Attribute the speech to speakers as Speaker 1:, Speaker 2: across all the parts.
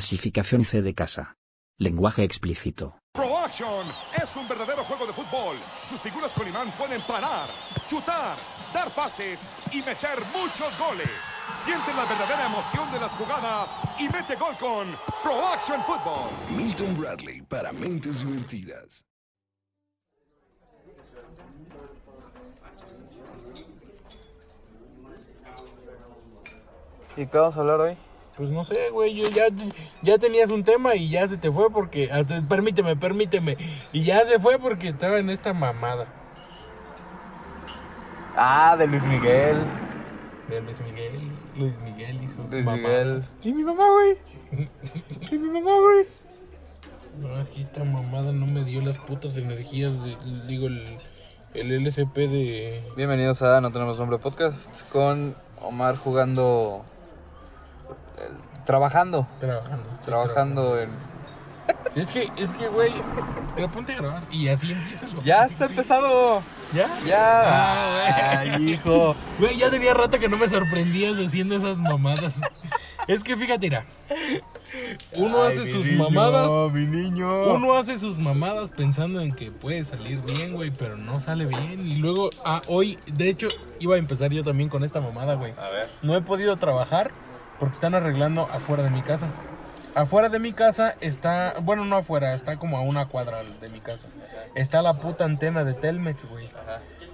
Speaker 1: Clasificación C de casa. Lenguaje explícito.
Speaker 2: Pro Action es un verdadero juego de fútbol. Sus figuras con imán pueden parar, chutar, dar pases y meter muchos goles. Sienten la verdadera emoción de las jugadas y mete gol con Pro Action Football.
Speaker 3: Milton Bradley para mentes divertidas.
Speaker 4: ¿Y qué vamos a hablar hoy?
Speaker 5: Pues no sé, güey, yo ya, ya tenías un tema y ya se te fue porque... hasta- permíteme, permíteme. Y ya se fue porque estaba en esta mamada
Speaker 4: Ah, de Luis Miguel.
Speaker 5: de Luis Miguel. Luis Miguel y sus
Speaker 4: Luis Miguel.
Speaker 5: mamadas.
Speaker 4: Y mi mamá, güey. Y mi mamá, güey.
Speaker 5: No, es que esta mamada no me dio las putas energías, de- digo, el, el LCP de...
Speaker 4: Bienvenidos a No Tenemos Nombre Podcast con Omar jugando. el- trabajando.
Speaker 5: Trabajando. estoy
Speaker 4: Trabajando en.
Speaker 5: trabajando. Sí, es que, es que, güey, te lo ponte a grabar y así empieza. lo-
Speaker 4: ¡Ya está
Speaker 5: Sí.
Speaker 4: empezado!
Speaker 5: ¿Ya?
Speaker 4: ¡Ya!
Speaker 5: Ah,
Speaker 4: ¡Ay, hijo!
Speaker 5: Güey, ya tenía rato que no me sorprendías haciendo esas mamadas. es que fíjate, mira. Uno
Speaker 4: Ay,
Speaker 5: hace
Speaker 4: mi
Speaker 5: sus
Speaker 4: niño,
Speaker 5: mamadas.
Speaker 4: ¡Mi niño!
Speaker 5: Uno hace sus mamadas pensando en que puede salir bien, güey, pero no sale bien. Y luego, ah, hoy, de hecho, iba a empezar yo también con esta mamada, güey.
Speaker 4: A ver.
Speaker 5: No he podido trabajar porque están arreglando afuera de mi casa. Afuera de mi casa está, bueno, no afuera, está como a una cuadra de mi casa. Está la puta antena de Telmex, güey.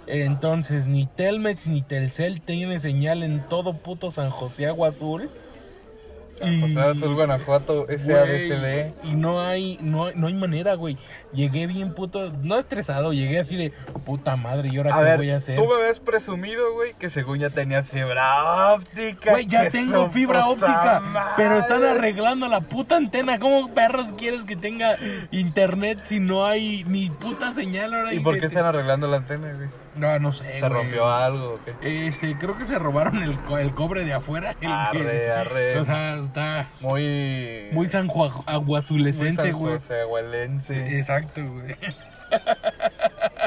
Speaker 5: Entonces, ni Telmex ni Telcel tiene señal en todo puto San José Agua Azul.
Speaker 4: San José Azul, Guanajuato, SADCB.
Speaker 5: Güey, Y no hay, no, no hay manera, güey. Llegué bien puto, no estresado, llegué así de puta madre, ¿y ahora
Speaker 4: A
Speaker 5: qué
Speaker 4: ver,
Speaker 5: voy a hacer?
Speaker 4: tú me habías presumido, güey, que según ya tenías fibra óptica.
Speaker 5: Güey, ya
Speaker 4: que
Speaker 5: tengo
Speaker 4: su
Speaker 5: fibra
Speaker 4: puta
Speaker 5: óptica,
Speaker 4: madre.
Speaker 5: pero están arreglando la puta antena. ¿Cómo perros quieres que tenga internet si no hay ni puta señal ahora?
Speaker 4: ¿Y
Speaker 5: ahí
Speaker 4: por
Speaker 5: de-
Speaker 4: qué están arreglando la antena, güey?
Speaker 5: No, no sé,
Speaker 4: ¿Se
Speaker 5: Eh, güey.
Speaker 4: rompió algo o qué?
Speaker 5: Este, creo que se robaron el, co- el cobre de afuera. el que-
Speaker 4: Arre, arre.
Speaker 5: O sea, está
Speaker 4: Muy.
Speaker 5: muy San Juan, aguazulecense, güey.
Speaker 4: sanjuacehualense.
Speaker 5: Exacto, güey.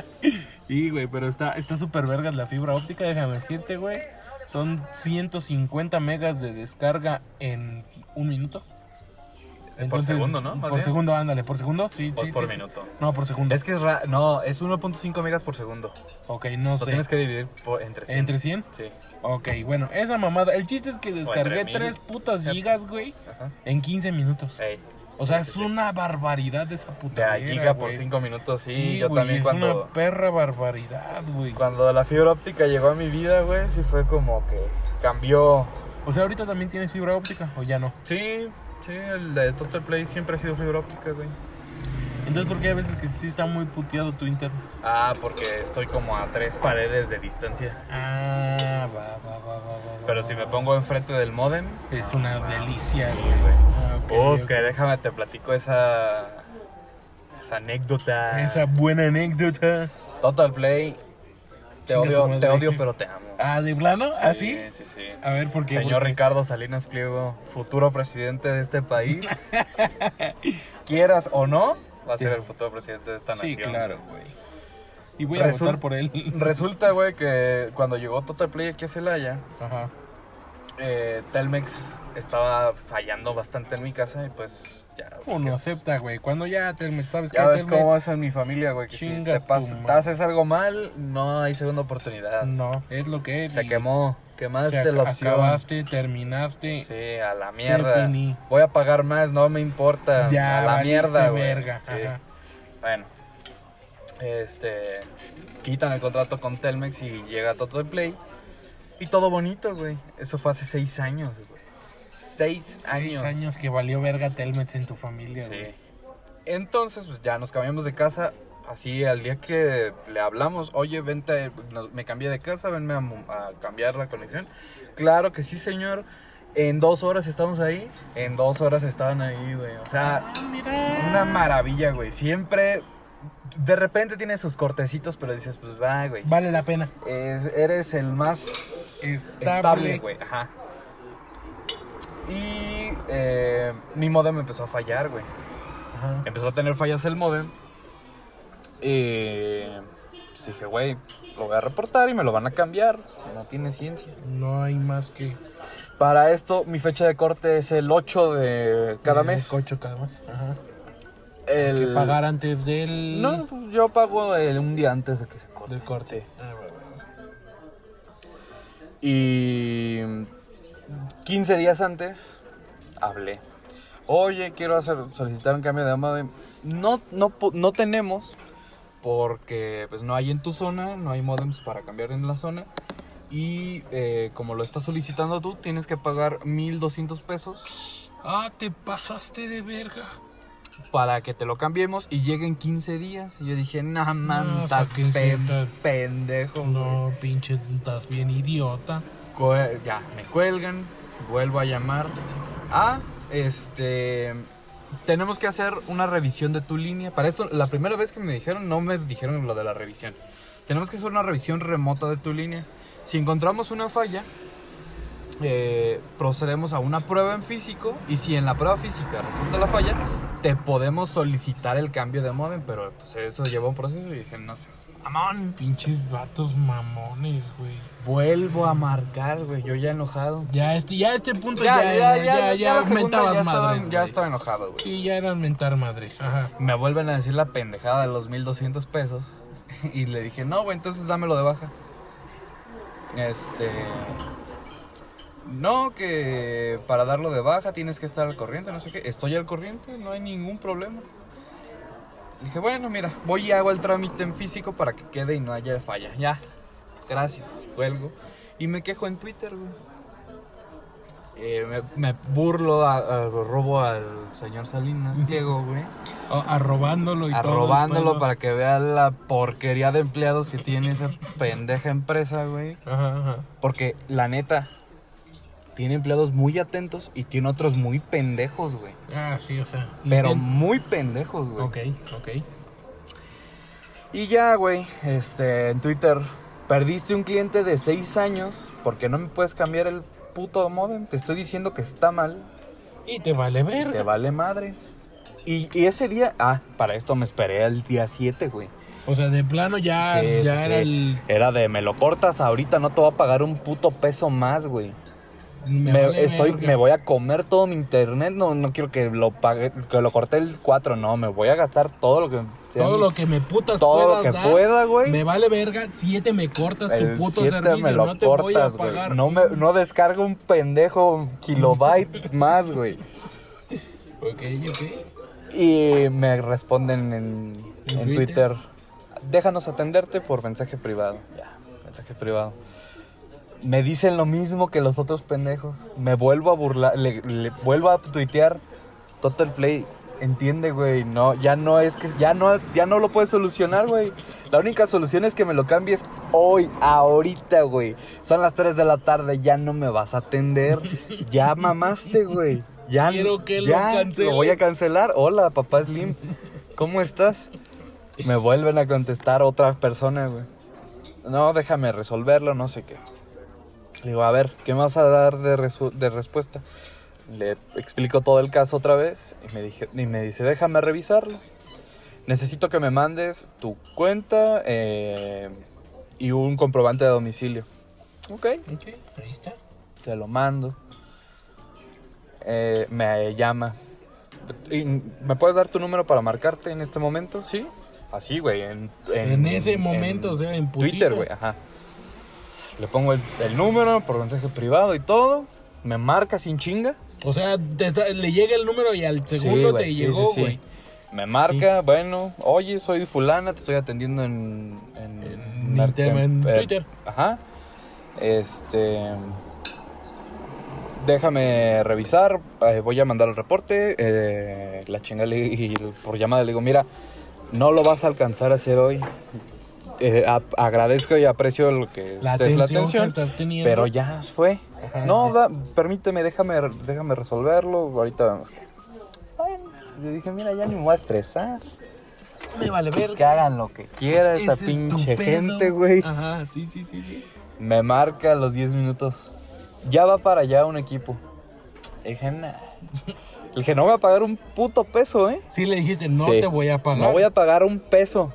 Speaker 5: Sí, güey, pero está está súper vergas la fibra óptica, déjame decirte, güey. Son 150 megas de descarga en un minuto.
Speaker 4: Eh, segundo, ¿no? Más
Speaker 5: por
Speaker 4: bien.
Speaker 5: segundo, ándale, por segundo, sí,
Speaker 4: Pues
Speaker 5: sí,
Speaker 4: por
Speaker 5: sí, sí.
Speaker 4: minuto.
Speaker 5: No, por segundo.
Speaker 4: Es que es ra- No, es 1.5 megas por segundo.
Speaker 5: Ok, no
Speaker 4: Lo
Speaker 5: sé.
Speaker 4: tienes que dividir por- entre 100.
Speaker 5: ¿Entre 100?
Speaker 4: Sí.
Speaker 5: Ok, bueno, esa mamada. El chiste es que descargué
Speaker 4: mil.
Speaker 5: tres putas gigas, güey,
Speaker 4: Ajá.
Speaker 5: en 15 minutos.
Speaker 4: Ey,
Speaker 5: O sea,
Speaker 4: sí,
Speaker 5: es
Speaker 4: sí, sí.
Speaker 5: una barbaridad de esa
Speaker 4: De
Speaker 5: puta.
Speaker 4: a giga por 5 minutos, sí. yo
Speaker 5: güey,
Speaker 4: también
Speaker 5: es
Speaker 4: cuando.
Speaker 5: una perra barbaridad, güey.
Speaker 4: Cuando la fibra óptica llegó a mi vida, güey, sí fue como que cambió.
Speaker 5: O sea, ahorita también tienes fibra óptica o ya no.
Speaker 4: Sí, sí, el de Total Play siempre ha sido fibra óptica, güey.
Speaker 5: Entonces, ¿por qué a veces que sí está muy puteado tu internet?
Speaker 4: Ah, porque estoy como a tres paredes de distancia.
Speaker 5: Ah, va, va, va, va, va.
Speaker 4: Pero
Speaker 5: va,
Speaker 4: si
Speaker 5: va,
Speaker 4: me
Speaker 5: va.
Speaker 4: pongo enfrente del modem...
Speaker 5: Es una delicia,
Speaker 4: Sí,
Speaker 5: güey.
Speaker 4: güey.
Speaker 5: Ah, ok,
Speaker 4: Uf,
Speaker 5: ok.
Speaker 4: que déjame, te platico esa... Esa anécdota.
Speaker 5: Esa buena anécdota.
Speaker 4: Total Play, te
Speaker 5: Chinga tu
Speaker 4: odio,
Speaker 5: madre.
Speaker 4: te odio, pero te amo.
Speaker 5: Ah, ¿de plano? ¿Así?
Speaker 4: Sí, sí, sí.
Speaker 5: A ver, ¿por qué?
Speaker 4: Señor
Speaker 5: Porque-
Speaker 4: Ricardo Salinas Pliego, futuro presidente de este país. Quieras o no, va a ser el futuro presidente de esta
Speaker 5: Sí,
Speaker 4: nación.
Speaker 5: claro, güey. Y voy a
Speaker 4: Resul-
Speaker 5: votar por él.
Speaker 4: Resulta, güey, que cuando llegó Total Play aquí a Celaya,
Speaker 5: Ajá.
Speaker 4: eh, Telmex estaba fallando bastante en mi casa y pues ya.
Speaker 5: ¿Cómo no
Speaker 4: que-
Speaker 5: acepta, güey? Cuando ya te sabes
Speaker 4: Ya
Speaker 5: qué?
Speaker 4: ves
Speaker 5: Telmex?
Speaker 4: cómo es en mi familia, güey, que si
Speaker 5: Chinga
Speaker 4: te,
Speaker 5: tu
Speaker 4: pas-
Speaker 5: madre.
Speaker 4: te haces algo mal, no hay segunda oportunidad.
Speaker 5: No, es lo que es.
Speaker 4: Se
Speaker 5: y-
Speaker 4: quemó,
Speaker 5: se
Speaker 4: quemaste
Speaker 5: ac-
Speaker 4: la opción.
Speaker 5: Acabaste, terminaste.
Speaker 4: Sí, a la
Speaker 5: Se
Speaker 4: mierda.
Speaker 5: finí.
Speaker 4: Voy a pagar más, no me importa.
Speaker 5: Ya,
Speaker 4: a la
Speaker 5: valiste
Speaker 4: mierda, güey.
Speaker 5: verga.
Speaker 4: Sí.
Speaker 5: Ajá.
Speaker 4: Bueno, este. Quitan el contrato con Telmex y llega Total Play. Y todo bonito, güey. Eso fue hace seis años, güey. Seis,
Speaker 5: Seis
Speaker 4: años.
Speaker 5: años que valió verga Telmex en tu familia,
Speaker 4: Sí.
Speaker 5: güey.
Speaker 4: Entonces, pues ya nos cambiamos de casa. Así, al día que le hablamos, oye, vente, nos- me cambié de casa, venme a, mu- a cambiar la conexión. Claro que sí, señor. En dos horas estamos ahí. En dos horas estaban ahí, güey. O sea, una maravilla, güey. Siempre, de repente tiene sus cortecitos, pero dices, pues va, güey.
Speaker 5: Vale la pena.
Speaker 4: Es- eres el más
Speaker 5: Estable.
Speaker 4: estable, güey. Ajá. Y eh, mi modem empezó a fallar, güey.
Speaker 5: Ajá.
Speaker 4: Empezó a tener fallas el modem. Y pues dije, güey, lo voy a reportar y me lo van a cambiar. No tiene ciencia.
Speaker 5: No hay más que
Speaker 4: Para esto, mi fecha de corte es el 8 de cada
Speaker 5: Eh,
Speaker 4: mes.
Speaker 5: Ocho cada mes. Ajá.
Speaker 4: El...
Speaker 5: Que pagar antes del.
Speaker 4: No, yo pago el- un día antes de que se corte.
Speaker 5: Del corte. Ah, bueno.
Speaker 4: Y 15 días antes hablé. Oye, quiero hacer, solicitar un cambio de modem. No, no, po- no tenemos porque pues no hay en tu zona, no hay modems para cambiar en la zona. Y eh, como lo estás solicitando tú, tienes que pagar 1.200 pesos
Speaker 5: Ah, te pasaste de verga.
Speaker 4: para que te lo cambiemos y lleguen 15 días. Y yo dije, nah, man,
Speaker 5: No,
Speaker 4: estás
Speaker 5: fucking
Speaker 4: pe-
Speaker 5: cierto.
Speaker 4: pendejo. güey".
Speaker 5: No, pinche, estás bien idiota.
Speaker 4: Cue- ya, me cuelgan, vuelvo a llamar. Ah, este. Tenemos que hacer una revisión de tu línea. Para esto, la primera vez que me dijeron, no me dijeron lo de la revisión. Tenemos que hacer una revisión remota de tu línea. Si encontramos una falla, eh, procedemos a una prueba en físico. Y si en la prueba física resulta la falla, te podemos solicitar el cambio de modem. Pero pues, eso lleva un proceso y dije, no seas mamón.
Speaker 5: Pinches vatos mamones, güey.
Speaker 4: Vuelvo a marcar, güey. Yo ya enojado.
Speaker 5: Ya este, ya este punto ya, ya, ya, ya,
Speaker 4: la segunda
Speaker 5: mentabas
Speaker 4: ya estaba-
Speaker 5: madres.
Speaker 4: Ya
Speaker 5: güey.
Speaker 4: estaba enojado, güey.
Speaker 5: Sí, ya eran mentar madres. Ajá.
Speaker 4: Me vuelven a decir la pendejada de los 1200 pesos. Y le dije, no, güey, entonces dámelo de baja. Este. No, que para darlo de baja tienes que estar al corriente, no sé qué. Estoy al corriente, no hay ningún problema. Le dije, bueno, mira, voy y hago el trámite en físico para que quede y no haya falla. Ya, gracias, cuelgo. Y me quejo en Twitter, güey. Eh, me, me burlo, a- a- robo al señor Salinas Pliego, güey.
Speaker 5: O- arrobándolo y todo. el
Speaker 4: Arrobándolo
Speaker 5: pedo.
Speaker 4: para que vea la porquería de empleados que tiene esa pendeja empresa, güey.
Speaker 5: Ajá, ajá.
Speaker 4: Porque la neta, tiene empleados muy atentos y tiene otros muy pendejos, güey.
Speaker 5: Ah, sí, o sea.
Speaker 4: Pero
Speaker 5: intent-
Speaker 4: muy pendejos, güey.
Speaker 5: Ok, ok.
Speaker 4: Y ya, güey, este, en Twitter, perdiste un cliente de 6 años porque no me puedes cambiar el puto modem. Te estoy diciendo que está mal.
Speaker 5: Y te vale verga.
Speaker 4: Te vale madre. Y, y ese día, ah, para esto me esperé el día 7, güey.
Speaker 5: O sea, de plano ya,
Speaker 4: Sí,
Speaker 5: Ah, ya
Speaker 4: sí,
Speaker 5: era
Speaker 4: sí.
Speaker 5: el.
Speaker 4: Era de, me lo cortas ahorita, no te voy a pagar un puto peso más, güey. Me,
Speaker 5: vale
Speaker 4: estoy,
Speaker 5: verga.
Speaker 4: me voy a comer todo mi internet, no, no quiero que lo pague, que lo corte el 4, no, me voy a gastar todo lo que sea
Speaker 5: Todo
Speaker 4: mi-
Speaker 5: lo que me putas
Speaker 4: todo lo
Speaker 5: puedas
Speaker 4: que
Speaker 5: dar,
Speaker 4: pueda, güey.
Speaker 5: Me vale verga. Siete me cortas
Speaker 4: El
Speaker 5: tu puto
Speaker 4: 7
Speaker 5: servicio.
Speaker 4: me lo
Speaker 5: no te
Speaker 4: cortas,
Speaker 5: voy a
Speaker 4: güey.
Speaker 5: pagar.
Speaker 4: No, me- no descargo un pendejo kilobyte más, güey.
Speaker 5: Ok, ok.
Speaker 4: Y me responden en,
Speaker 5: ¿En
Speaker 4: en
Speaker 5: Twitter?
Speaker 4: Twitter. déjanos atenderte por mensaje privado. Ya, mensaje privado. Me dicen lo mismo que los otros pendejos. Me vuelvo a burlar, le, le vuelvo a tuitear. Total Play, entiende, güey. No, ya no es que, ya no, ya no lo puedes solucionar, güey. La única solución es que me lo cambies hoy, ahorita, güey. Son las 3 de la tarde, ya no me vas a atender. Ya mamaste, güey. Ya,
Speaker 5: Quiero que lo
Speaker 4: ya,
Speaker 5: canceles.
Speaker 4: Lo voy a cancelar. Hola, papá Slim. ¿Cómo estás? Me vuelven a contestar otra persona, güey. No, déjame resolverlo, no sé qué. Le digo, a ver, ¿qué me vas a dar de, resu- de respuesta? Le explico todo el caso otra vez y me, dije, y me dice, déjame revisarlo. Necesito que me mandes tu cuenta eh, y un comprobante de domicilio. Ok,
Speaker 5: Ok, ahí está.
Speaker 4: te lo mando. Eh, me llama. Y, ¿Me puedes dar tu número para marcarte en este momento? Sí. Así, güey. En,
Speaker 5: En ese momento, o sea, en putiza.
Speaker 4: Twitter, güey, ajá. Le pongo el, el número por mensaje privado y todo. Me marca sin chinga.
Speaker 5: O sea, te está- le llega el número y al segundo
Speaker 4: Sí, güey,
Speaker 5: te
Speaker 4: sí,
Speaker 5: llegó,
Speaker 4: sí, sí.
Speaker 5: güey.
Speaker 4: Me marca, bueno, oye, soy fulana, te estoy atendiendo en... En,
Speaker 5: En Inter- en Twitter.
Speaker 4: Ajá. Este... Déjame revisar, eh, voy a mandar el reporte. eh, la chinga le- y por llamada le digo, mira, no lo vas a alcanzar a hacer hoy. Eh, a- agradezco y aprecio lo que
Speaker 5: La
Speaker 4: es
Speaker 5: atención,
Speaker 4: la
Speaker 5: que
Speaker 4: atención.
Speaker 5: estás teniendo.
Speaker 4: Pero ya fue.
Speaker 5: Ajá,
Speaker 4: no,
Speaker 5: sí.
Speaker 4: da- permíteme, déjame, déjame resolverlo. Ahorita vemos qué. Bueno, yo dije, mira, ya ni me voy a estresar.
Speaker 5: Me vale
Speaker 4: Que
Speaker 5: verga.
Speaker 4: hagan lo que quiera esta
Speaker 5: Ese es tu
Speaker 4: pinche
Speaker 5: pedo. Ah.
Speaker 4: gente, güey.
Speaker 5: Ajá, sí, sí, sí, sí.
Speaker 4: Me marca a los 10 minutos. Ya va para allá un equipo. Dije, nah. Le dije, no voy a pagar un puto peso, ¿eh?
Speaker 5: Sí le dijiste, no
Speaker 4: Sí.
Speaker 5: te voy a pagar.
Speaker 4: No voy a pagar un peso.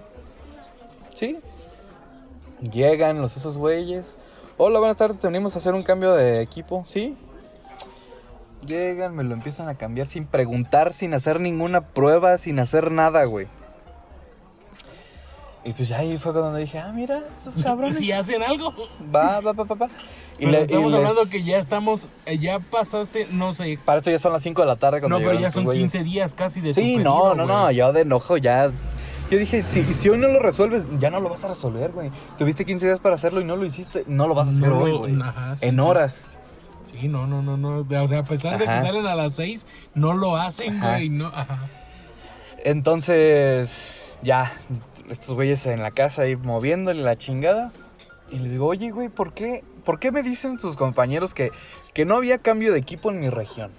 Speaker 4: ¿Sí? Llegan los esos güeyes. Hola, buenas tardes. Venimos a hacer un cambio de equipo. ¿Sí? Llegan, me lo empiezan a cambiar sin preguntar, sin hacer ninguna prueba, sin hacer nada, güey. Y pues ahí fue cuando dije, ah, mira, estos cabrones.
Speaker 5: Si hacen algo.
Speaker 4: Va, va, va, va, va.
Speaker 5: Pero
Speaker 4: le-
Speaker 5: estamos
Speaker 4: les-
Speaker 5: hablando que ya estamos, eh, ya pasaste, no sé.
Speaker 4: Para esto ya son las 5 de la tarde cuando
Speaker 5: No, pero
Speaker 4: llegaron
Speaker 5: ya
Speaker 4: estos
Speaker 5: son
Speaker 4: güeyes.
Speaker 5: 15 días casi de tu
Speaker 4: Sí, no,
Speaker 5: pedido,
Speaker 4: no,
Speaker 5: güey.
Speaker 4: no, yo de enojo ya. Yo dije, si, si hoy no lo resuelves, ya no lo vas a resolver, güey. Tuviste 15 días para hacerlo y no lo hiciste, no lo vas a hacer
Speaker 5: No
Speaker 4: hoy,
Speaker 5: lo-
Speaker 4: güey.
Speaker 5: ajá, sí,
Speaker 4: en
Speaker 5: sí.
Speaker 4: horas.
Speaker 5: Sí, no, no, no, no. O sea, a pesar de que
Speaker 4: Ajá.
Speaker 5: salen a las 6, no lo hacen,
Speaker 4: Ajá.
Speaker 5: güey. No, ajá.
Speaker 4: Entonces, ya, estos güeyes en la casa ahí moviéndole la chingada. Y les digo, oye, güey, ¿por qué, ¿por qué me dicen sus compañeros que, que no había cambio de equipo en mi región?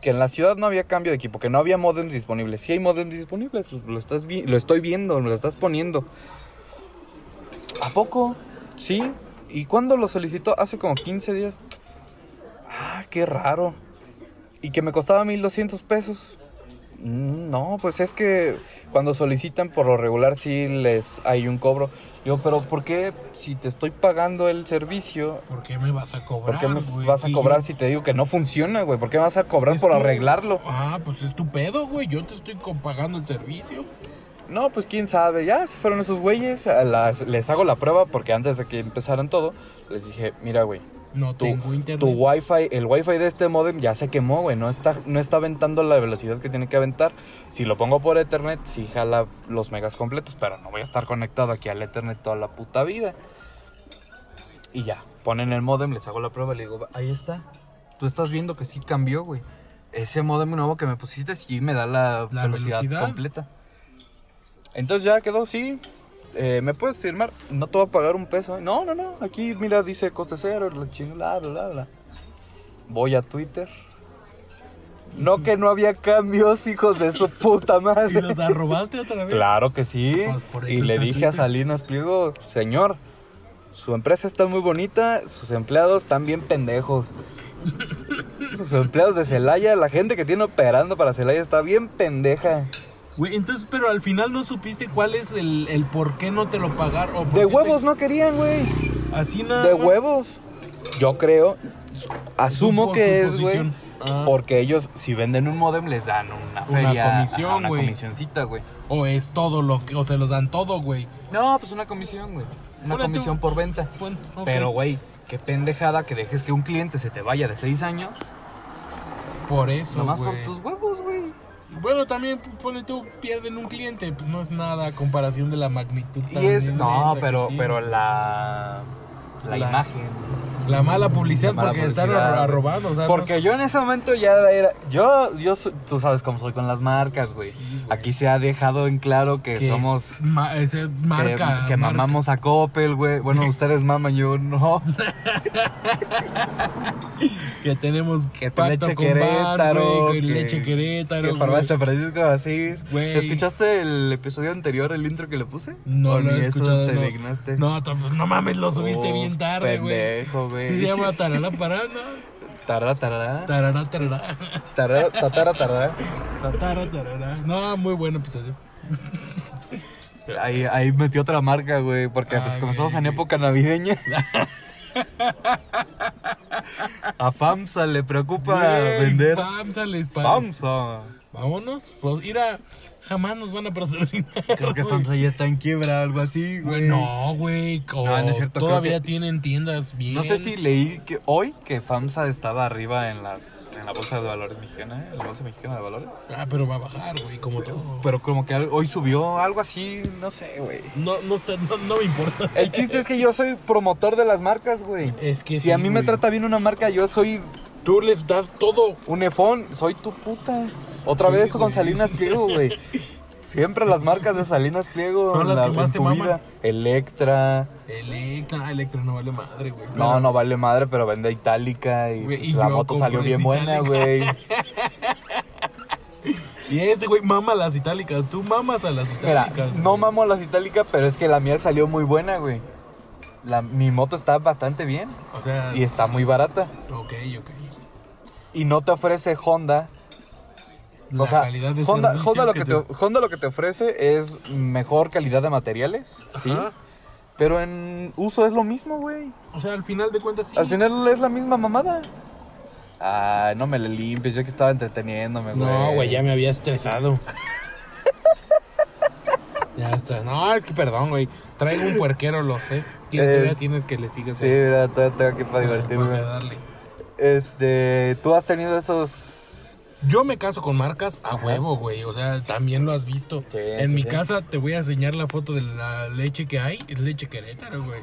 Speaker 4: Que en la ciudad no había cambio de equipo, que no había modems disponibles. Sí hay modems disponibles, pues, lo, estás vi- lo estoy viendo, lo estás poniendo. ¿A poco? Sí. ¿Y cuándo lo solicitó? Hace como 15 días. Ah, qué raro. Y que me costaba 1200 pesos. Mm, No, pues es que cuando solicitan por lo regular sí les hay un cobro. Yo, pero ¿por qué si te estoy pagando el servicio?
Speaker 5: ¿Por qué me vas a
Speaker 4: ¿Por
Speaker 5: cobrar?
Speaker 4: qué me
Speaker 5: güey?
Speaker 4: vas a
Speaker 5: Sí,
Speaker 4: cobrar
Speaker 5: yo-
Speaker 4: si te digo que no funciona, güey? ¿Por qué vas a cobrar
Speaker 5: Es
Speaker 4: por
Speaker 5: tu-
Speaker 4: arreglarlo?
Speaker 5: Ah, pues es tu pedo, güey. Yo te estoy co- pagando el servicio.
Speaker 4: No, pues quién sabe, ya se fueron esos güeyes, a las- les hago la prueba porque antes de que empezaran todo, les dije, mira, güey,
Speaker 5: No
Speaker 4: Tu-
Speaker 5: tengo internet.
Speaker 4: tu wifi, el wifi de este modem ya se quemó, güey, no está, no está aventando la velocidad que tiene que aventar. Si lo pongo por Ethernet, sí jala los megas completos, pero no voy a estar conectado aquí al Ethernet toda la puta vida. Y ya, ponen el modem, les hago la prueba, le digo, ahí está. Tú estás viendo que sí cambió, güey. Ese modem nuevo que me pusiste sí me da la,
Speaker 5: La
Speaker 4: velocidad,
Speaker 5: velocidad.
Speaker 4: completa. Entonces ya quedó, sí. eh, ¿Me puedes firmar? No te voy a pagar un peso. ¿eh? No, no, no. Aquí, mira, dice coste cero, la chingada, bla, bla, bla. Voy a Twitter. No que no había cambios, hijos de su puta
Speaker 5: ¿Y
Speaker 4: madre.
Speaker 5: los arrobaste otra vez?
Speaker 4: Claro que sí.
Speaker 5: Pues por eso
Speaker 4: y le
Speaker 5: está
Speaker 4: dije a
Speaker 5: Twitter.
Speaker 4: Salinas Pliego, señor, su empresa está muy bonita, sus empleados están bien pendejos. Sus empleados de Celaya, la gente que tiene operando para Celaya está bien pendeja.
Speaker 5: Güey, entonces, pero al final no supiste cuál es el, el por qué no te lo pagaron. o por
Speaker 4: De
Speaker 5: qué te-
Speaker 4: huevos no querían, güey.
Speaker 5: Así nada.
Speaker 4: De
Speaker 5: más.
Speaker 4: huevos. Yo creo, asumo
Speaker 5: Supo-
Speaker 4: que es, güey.
Speaker 5: suposición. Ah.
Speaker 4: Porque ellos, si venden un modem, les dan una feria.
Speaker 5: comisión,
Speaker 4: ajá, Una
Speaker 5: güey.
Speaker 4: comisioncita, güey.
Speaker 5: O es todo lo que. O se los dan todo, güey.
Speaker 4: No, pues una comisión, güey. Una
Speaker 5: Ahora tú.
Speaker 4: comisión por venta.
Speaker 5: Bueno, ok.
Speaker 4: Pero, güey, qué pendejada que dejes que un cliente se te vaya de 6 años
Speaker 5: Por eso.
Speaker 4: nomás por
Speaker 5: güey.
Speaker 4: tus huevos, güey.
Speaker 5: Bueno, también pone tú, pierden un cliente. Pues no es nada a comparación de la magnitud. tan
Speaker 4: Y es.
Speaker 5: inmensa
Speaker 4: No,
Speaker 5: que
Speaker 4: pero,
Speaker 5: tiene.
Speaker 4: pero la. La,
Speaker 5: La-
Speaker 4: imagen.
Speaker 5: La mala publicidad
Speaker 4: La mala
Speaker 5: porque
Speaker 4: publicidad,
Speaker 5: están
Speaker 4: güey.
Speaker 5: arrobando. O sea,
Speaker 4: Porque yo en ese momento ya era. Yo, yo so- tú sabes cómo soy con las marcas, güey.
Speaker 5: Sí, güey.
Speaker 4: Aquí se ha dejado en claro que,
Speaker 5: no- que
Speaker 4: somos.
Speaker 5: es ma- es marca.
Speaker 4: que, que
Speaker 5: marca.
Speaker 4: mamamos a Coppel, güey. Bueno, ustedes maman, yo no.
Speaker 5: Que tenemos
Speaker 4: Que
Speaker 5: pacto
Speaker 4: leche
Speaker 5: con Bart,
Speaker 4: Querétaro,
Speaker 5: güey, que
Speaker 4: que-
Speaker 5: leche Querétaro.
Speaker 4: Que
Speaker 5: güey.
Speaker 4: farmacia Francisco Asís.
Speaker 5: Güey.
Speaker 4: ¿Escuchaste el episodio anterior, el intro que le puse?
Speaker 5: No
Speaker 4: ¿O
Speaker 5: lo
Speaker 4: ni
Speaker 5: he
Speaker 4: eso
Speaker 5: escuchado.
Speaker 4: te
Speaker 5: no.
Speaker 4: dignaste?
Speaker 5: No, to- no mames, lo subiste
Speaker 4: Oh,
Speaker 5: bien tarde, güey.
Speaker 4: pendejo, güey.
Speaker 5: Sí se llama Tarara Pará, ¿no?
Speaker 4: Tarara, tarara.
Speaker 5: Tarara Tarara.
Speaker 4: Tarara, tatara, tarara.
Speaker 5: Tarara Tarara. No, muy buen episodio.
Speaker 4: Ahí, ahí metí otra marca, güey, porque pues
Speaker 5: Ah,
Speaker 4: como estamos
Speaker 5: güey.
Speaker 4: en época navideña. A FAMSA le preocupa
Speaker 5: Güey,
Speaker 4: vender.
Speaker 5: FAMSA les paga.
Speaker 4: FAMSA.
Speaker 5: Vámonos. Pues ir a. Jamás nos van a patrocinar.
Speaker 4: Creo que
Speaker 5: güey.
Speaker 4: FAMSA ya está en quiebra, algo así, güey.
Speaker 5: No, güey. o
Speaker 4: No, no es cierto, creo
Speaker 5: Todavía
Speaker 4: que-
Speaker 5: tienen tiendas bien.
Speaker 4: No sé si leí que hoy que FAMSA estaba arriba en las en la bolsa de valores mexicana, ¿eh? en la bolsa mexicana de valores.
Speaker 5: Ah, pero va a bajar, güey, como todo.
Speaker 4: Pero como que al- hoy subió algo así, no sé, güey.
Speaker 5: No, no, está, no, no me importa.
Speaker 4: pues, El chiste es que yo soy promotor de las marcas, güey.
Speaker 5: Es que
Speaker 4: si
Speaker 5: sí,
Speaker 4: a mí me
Speaker 5: güey.
Speaker 4: trata bien una marca, yo soy
Speaker 5: Tú les das todo.
Speaker 4: un efón, soy tu puta. Otra
Speaker 5: Sí,
Speaker 4: vez con
Speaker 5: güey.
Speaker 4: Salinas Pliego, güey. Siempre las marcas de Salinas Pliego en
Speaker 5: Son las
Speaker 4: la-
Speaker 5: que más
Speaker 4: en
Speaker 5: te
Speaker 4: tu
Speaker 5: maman.
Speaker 4: vida. Electra.
Speaker 5: Electra, ah, Electra no vale madre, güey.
Speaker 4: No, no vale madre, pero vende Itálica y,
Speaker 5: Güey,
Speaker 4: pues,
Speaker 5: y
Speaker 4: la
Speaker 5: yo
Speaker 4: moto salió
Speaker 5: compré
Speaker 4: bien buena,
Speaker 5: Itálica.
Speaker 4: güey.
Speaker 5: Y este güey mama las itálicas. Tú mamas a las
Speaker 4: Mira,
Speaker 5: itálicas.
Speaker 4: no
Speaker 5: güey.
Speaker 4: mamo las Itálica, pero es que la mía salió muy buena, güey. La- mi moto está bastante bien
Speaker 5: O sea,
Speaker 4: y está muy barata.
Speaker 5: Ok, ok.
Speaker 4: y no te ofrece Honda.
Speaker 5: La
Speaker 4: o sea,
Speaker 5: calidad de
Speaker 4: Honda,
Speaker 5: servicio
Speaker 4: Honda lo
Speaker 5: que
Speaker 4: que te... Honda lo que te ofrece es mejor calidad de materiales, sí.
Speaker 5: Ajá.
Speaker 4: Pero en uso es lo mismo, güey.
Speaker 5: O sea, al final de cuentas sí.
Speaker 4: Al final es la misma mamada. Ah, no me le limpies, yo que estaba entreteniéndome, güey.
Speaker 5: No, güey, ya me había estresado. ya está. No, es que perdón, güey. Traigo un puerquero, lo sé. Tienes, todavía
Speaker 4: Es-
Speaker 5: tienes que le sigas
Speaker 4: Sí, mira, todavía tengo aquí para
Speaker 5: para-
Speaker 4: divertirme.
Speaker 5: para darle.
Speaker 4: Este, tú has tenido esos.
Speaker 5: Yo me caso con marcas a huevo, güey. O sea, también lo has visto.
Speaker 4: Sí,
Speaker 5: en
Speaker 4: sí,
Speaker 5: mi
Speaker 4: sí.
Speaker 5: casa te voy a enseñar la foto de la leche que hay. Es leche querétaro, güey.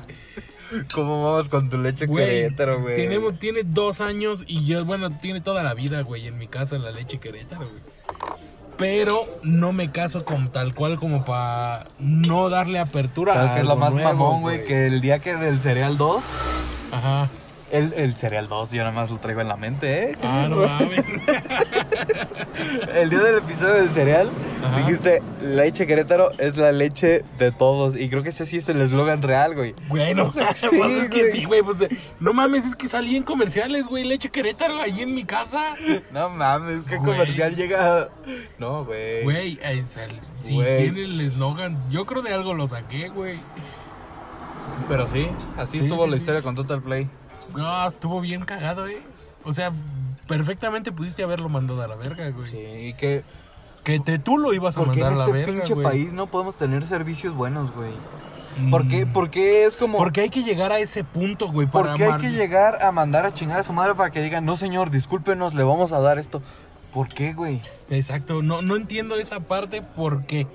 Speaker 4: ¿Cómo vamos con tu leche
Speaker 5: Güey,
Speaker 4: querétaro, güey?
Speaker 5: tenemos, tiene dos años y yo, bueno, tiene toda la vida, güey, en mi casa la leche querétaro, güey. Pero no me caso con tal cual como para no darle apertura
Speaker 4: ¿Sabes
Speaker 5: a
Speaker 4: qué es lo
Speaker 5: algo
Speaker 4: más
Speaker 5: nuevo,
Speaker 4: mamón, güey? Que el día que del cereal 2.
Speaker 5: Ajá.
Speaker 4: El, el cereal 2, yo nada más lo traigo en la mente, ¿eh?
Speaker 5: Ah, no mames.
Speaker 4: El día del episodio del cereal,
Speaker 5: Ajá.
Speaker 4: dijiste, leche querétaro es la leche de todos. Y creo que ese sí es el eslogan real, güey.
Speaker 5: Bueno, pues
Speaker 4: Sí,
Speaker 5: es que
Speaker 4: güey.
Speaker 5: sí, güey. Pues, eh, no mames, es que salí en comerciales, güey. Leche querétaro ahí en mi casa.
Speaker 4: No mames, qué
Speaker 5: Güey.
Speaker 4: comercial llega. No, güey.
Speaker 5: Güey, ahí sal- sí,
Speaker 4: Güey.
Speaker 5: tiene el eslogan. Yo creo de algo lo saqué, güey.
Speaker 4: Pero sí, así
Speaker 5: Sí,
Speaker 4: estuvo
Speaker 5: sí,
Speaker 4: la
Speaker 5: sí.
Speaker 4: historia con Total Play.
Speaker 5: No, estuvo bien cagado, eh. O sea, perfectamente pudiste haberlo mandado a la verga, güey.
Speaker 4: Sí, y que.
Speaker 5: Que te, tú lo ibas a
Speaker 4: ¿Por qué
Speaker 5: mandar
Speaker 4: en
Speaker 5: a la
Speaker 4: este
Speaker 5: verga,
Speaker 4: pinche
Speaker 5: güey.
Speaker 4: país no podemos tener servicios buenos, güey?
Speaker 5: Mm.
Speaker 4: ¿Por qué? ¿Por qué es como.?
Speaker 5: Porque hay que llegar a ese punto, güey.
Speaker 4: ¿Por
Speaker 5: para
Speaker 4: qué hay
Speaker 5: amar-
Speaker 4: que llegar a mandar a chingar a su madre para que digan, no señor, discúlpenos, le vamos a dar esto? ¿Por qué, güey?
Speaker 5: Exacto, no, no entiendo esa parte porque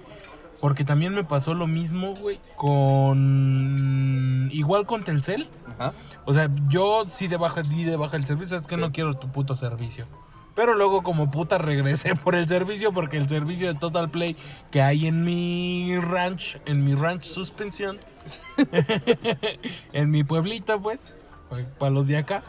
Speaker 5: porque también me pasó lo mismo, güey, con igual con Telcel.
Speaker 4: Ajá.
Speaker 5: O sea, yo sí de baja di de baja el servicio, es que no quiero tu puto servicio. Pero luego como puta regresé por el servicio porque el servicio de Total Play que hay en mi ranch, en mi ranch suspensión, en mi pueblito, pues, para los de acá,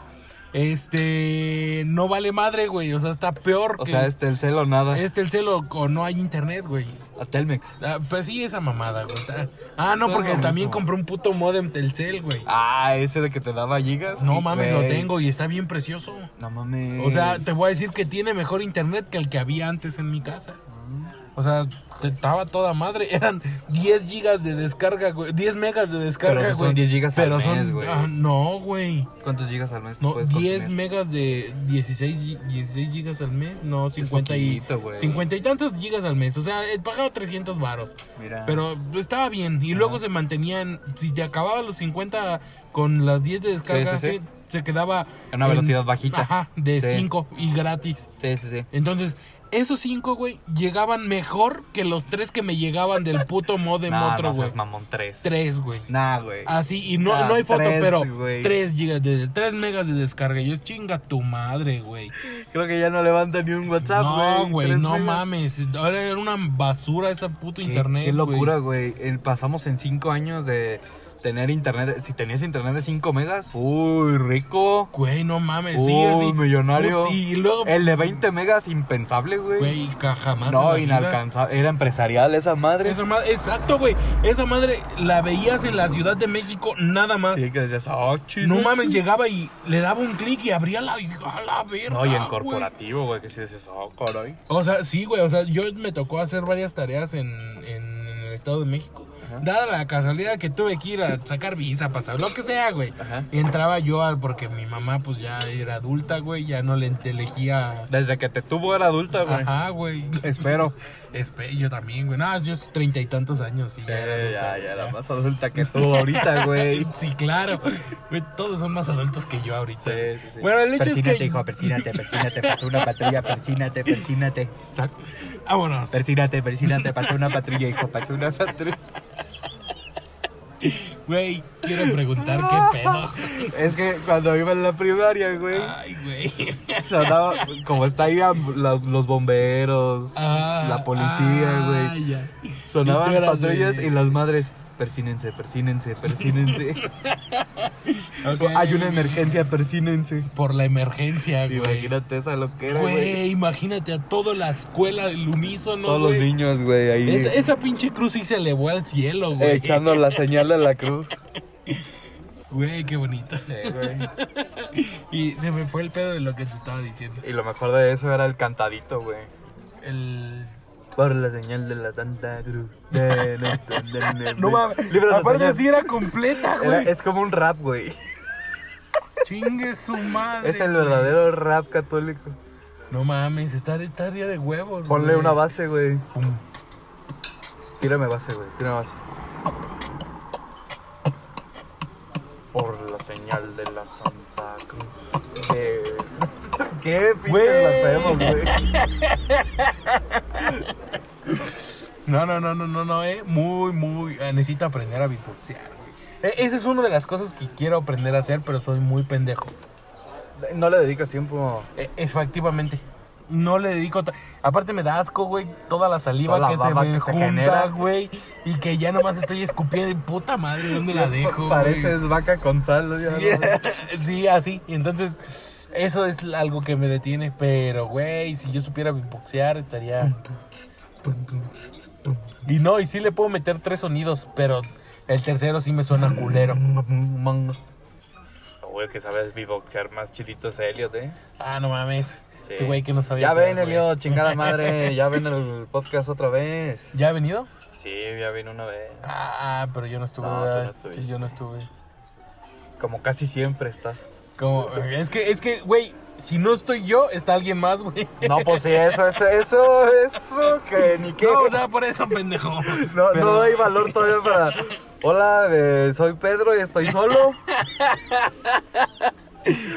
Speaker 5: este no vale madre, güey, o sea, está peor
Speaker 4: O
Speaker 5: que
Speaker 4: sea, este, el celo, nada.
Speaker 5: es Telcel o, o no hay internet, güey.
Speaker 4: A Telmex.
Speaker 5: Ah, pues sí, esa mamada, güey. Ta- Ah, no, porque
Speaker 4: Está
Speaker 5: también
Speaker 4: buenísimo.
Speaker 5: compré un puto modem Telcel, güey.
Speaker 4: Ah, ese de que te daba gigas.
Speaker 5: No
Speaker 4: Sí,
Speaker 5: mames,
Speaker 4: güey.
Speaker 5: lo tengo y está bien precioso.
Speaker 4: No mames.
Speaker 5: O sea, te voy a decir que tiene mejor internet que el que había antes en mi casa.
Speaker 4: Mm.
Speaker 5: O sea, te- estaba toda madre. Eran 10 gigas de descarga, güey. 10 megas de descarga,
Speaker 4: Pero no son
Speaker 5: güey.
Speaker 4: 10 gigas al
Speaker 5: Pero son-
Speaker 4: mes, güey.
Speaker 5: ah, no, güey.
Speaker 4: ¿Cuántos gigas al mes?
Speaker 5: No,
Speaker 4: puedes
Speaker 5: 10
Speaker 4: consumir?
Speaker 5: megas de 16, gi- 16 gigas al mes, no, 50 y,
Speaker 4: poquito, güey.
Speaker 5: 50 y tantos gigas al mes. O sea, eh, pagaba 300 varos.
Speaker 4: Mira.
Speaker 5: Pero estaba bien. Y luego se mantenían, si te acababa los 50 con las 10 de descarga,
Speaker 4: Sí, sí, sí.
Speaker 5: sí, se quedaba...
Speaker 4: A una velocidad bajita.
Speaker 5: Ajá, de
Speaker 4: Sí.
Speaker 5: 5 y gratis.
Speaker 4: Sí, sí, sí.
Speaker 5: Entonces, esos 5, güey, llegaban mejor que los 3 que me llegaban del puto modem
Speaker 4: Nah,
Speaker 5: otro,
Speaker 4: no
Speaker 5: güey.
Speaker 4: seas mamón, tres.
Speaker 5: 3, güey.
Speaker 4: Nah, güey.
Speaker 5: Así, y no,
Speaker 4: Ah,
Speaker 5: no hay foto,
Speaker 4: tres,
Speaker 5: pero
Speaker 4: güey.
Speaker 5: 3 gigas de 3 megas de descarga. Yo chinga tu madre, güey.
Speaker 4: Creo que ya no levanta ni un WhatsApp, güey.
Speaker 5: No, güey,
Speaker 4: Tres
Speaker 5: no
Speaker 4: megas.
Speaker 5: mames. Ahora era una basura esa puto
Speaker 4: Qué-
Speaker 5: internet.
Speaker 4: Qué
Speaker 5: güey.
Speaker 4: locura, güey. El- Pasamos en cinco años de tener internet. Si tenías internet de 5 megas, uy, rico.
Speaker 5: Güey, no mames.
Speaker 4: Uy,
Speaker 5: sí, así.
Speaker 4: millonario.
Speaker 5: Put- Y luego,
Speaker 4: El de 20 megas, impensable, güey.
Speaker 5: güey, ca- jamás.
Speaker 4: eh, No,
Speaker 5: en la vida.
Speaker 4: inalcanzable. Era empresarial esa madre.
Speaker 5: Esa madre- exacto, güey. Esa madre la veías en la Ciudad de México nada más.
Speaker 4: Sí, que decías, ah, chis.
Speaker 5: no mames, llegaba y le daba un clic y abría la, y- a la verga.
Speaker 4: No, y en
Speaker 5: güey.
Speaker 4: corporativo, güey, que sí decías, oh, caray.
Speaker 5: O sea, sí, güey. O sea, yo me tocó hacer varias tareas en, en el Estado de México. Dada la casualidad que tuve que ir a sacar visa, pasar lo que sea, güey.
Speaker 4: Ajá.
Speaker 5: Y entraba yo a- porque mi mamá, pues ya era adulta, güey. Ya no le te elegía.
Speaker 4: Desde que te tuvo era adulta, güey.
Speaker 5: Ajá, güey.
Speaker 4: Espero.
Speaker 5: Espe yo también, güey. No, yo treinta y tantos años, sí. ya era
Speaker 4: Eh,
Speaker 5: adulta,
Speaker 4: ya,
Speaker 5: güey.
Speaker 4: ya era más adulta que tú ahorita, güey.
Speaker 5: Sí, claro. Güey, todos son más adultos que yo ahorita.
Speaker 4: Sí, sí, sí.
Speaker 5: Bueno, el hecho
Speaker 6: persínate,
Speaker 5: es que.
Speaker 6: hijo, persínate, persínate, pasa una patrulla, persínate, persínate,
Speaker 5: Exacto. Vámonos.
Speaker 6: persínate, persínate, pasa una patrulla, hijo, pasa una patrulla.
Speaker 5: Güey, quiero preguntar qué pedo.
Speaker 4: Es que cuando iba en la primaria, güey,
Speaker 5: Ay, güey.
Speaker 4: sonaba, como está ahí am- la- los bomberos,
Speaker 5: Ah,
Speaker 4: la
Speaker 5: ah,
Speaker 4: policía, güey.
Speaker 5: ya.
Speaker 4: Sonaban
Speaker 5: Y tú eras
Speaker 4: patrullas
Speaker 5: de-
Speaker 4: y las madres, persínense, persínense, persínense.
Speaker 5: Ok,
Speaker 4: Hay una emergencia, persínense.
Speaker 5: Por la emergencia, güey.
Speaker 4: Imagínate esa loquera, güey.
Speaker 5: Güey, imagínate a toda la escuela del unísono,
Speaker 4: Todos los
Speaker 5: güey.
Speaker 4: niños, güey, ahí
Speaker 5: Es- esa pinche cruz sí se elevó al cielo, güey.
Speaker 4: echando la señal de la cruz.
Speaker 5: Güey, qué bonito. Y se me fue el pedo de lo que te estaba diciendo.
Speaker 4: Y lo mejor de eso era el cantadito, güey.
Speaker 5: El
Speaker 4: Por la señal de la Santa Cruz.
Speaker 5: No mames,
Speaker 4: Líbranos,
Speaker 5: aparte
Speaker 4: Señor.
Speaker 5: sí era completa, güey.
Speaker 4: Era- es como un rap, güey.
Speaker 5: Chingue su madre.
Speaker 4: Es el
Speaker 5: güey.
Speaker 4: verdadero rap católico.
Speaker 5: No mames, está de tarea de huevos.
Speaker 4: Ponle
Speaker 5: güey.
Speaker 4: una base, güey. Tírame base, güey. Tírame base. Por la señal de la Santa Cruz. De... Eh, ¿Qué
Speaker 5: Güey.
Speaker 4: pinche blasfemos, güey?
Speaker 5: No, no, no, no, no, no, eh. Muy, muy. eh, necesito aprender a beatboxear, güey. Eh, esa es una de las cosas que quiero aprender a hacer, pero soy muy pendejo.
Speaker 4: No le dedicas tiempo.
Speaker 5: Eh, efectivamente. No le dedico. ta- Aparte, me da asco, güey. Toda la saliva
Speaker 4: Toda la
Speaker 5: que se
Speaker 4: baba
Speaker 5: me
Speaker 4: que se
Speaker 5: junta,
Speaker 4: genera.
Speaker 5: güey. Y que ya nomás estoy escupiendo. y Puta madre, ¿dónde la dejo? güey?
Speaker 4: Pareces vaca con sal, güey.
Speaker 5: Sí, sí, así. Entonces, eso es algo que me detiene. Pero, güey, si yo supiera beatboxear, estaría. Y no, y sí le puedo meter tres sonidos, pero el tercero sí me suena culero.
Speaker 7: Güey, que sabes boxear más chidito es Elliot, eh.
Speaker 5: Ah, no mames.
Speaker 7: Sí.
Speaker 5: Ese güey que no sabía.
Speaker 4: Ya
Speaker 5: hacer,
Speaker 4: ven,
Speaker 5: güey.
Speaker 4: Elio, chingada madre. Ya ven el podcast otra vez.
Speaker 5: ¿Ya ha venido?
Speaker 7: Sí, ya vino una vez.
Speaker 5: Ah, pero yo no estuve.
Speaker 4: No, tú
Speaker 5: ¿verdad?
Speaker 4: no
Speaker 5: Sí, yo no estuve.
Speaker 4: Como casi siempre estás.
Speaker 5: Como, es que, es que, güey, si no estoy yo, está alguien más, güey.
Speaker 4: No, pues sí, eso, eso, eso, eso, que ni qué.
Speaker 5: No, o sea, por eso, pendejo.
Speaker 4: No,
Speaker 5: Pero-
Speaker 4: no doy valor todavía para. Hola, eh, soy Pedro y estoy solo.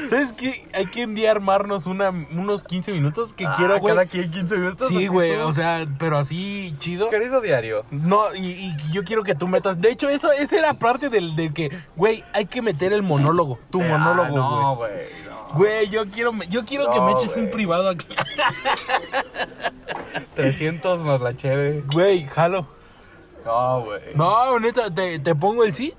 Speaker 5: ¿Sabes qué? Hay que un día armarnos una, unos 15 minutos que
Speaker 4: Ah,
Speaker 5: quiero, güey.
Speaker 4: Cada quien 15 minutos.
Speaker 5: Sí,
Speaker 4: así
Speaker 5: güey,
Speaker 4: tú.
Speaker 5: o sea, pero así chido.
Speaker 4: Querido diario.
Speaker 5: No, y, y yo quiero que tú metas. De hecho, eso, esa era parte del, de que, güey, hay que meter el monólogo, tu
Speaker 4: Eh,
Speaker 5: monólogo,
Speaker 4: ah,
Speaker 5: güey.
Speaker 4: No, güey. no.
Speaker 5: Güey, yo quiero, me- yo quiero que
Speaker 4: No,
Speaker 5: me eches
Speaker 4: güey.
Speaker 5: un privado aquí.
Speaker 4: 300 más la cheve.
Speaker 5: Güey, jalo.
Speaker 4: No, güey.
Speaker 5: No, neta, te, te pongo el cheat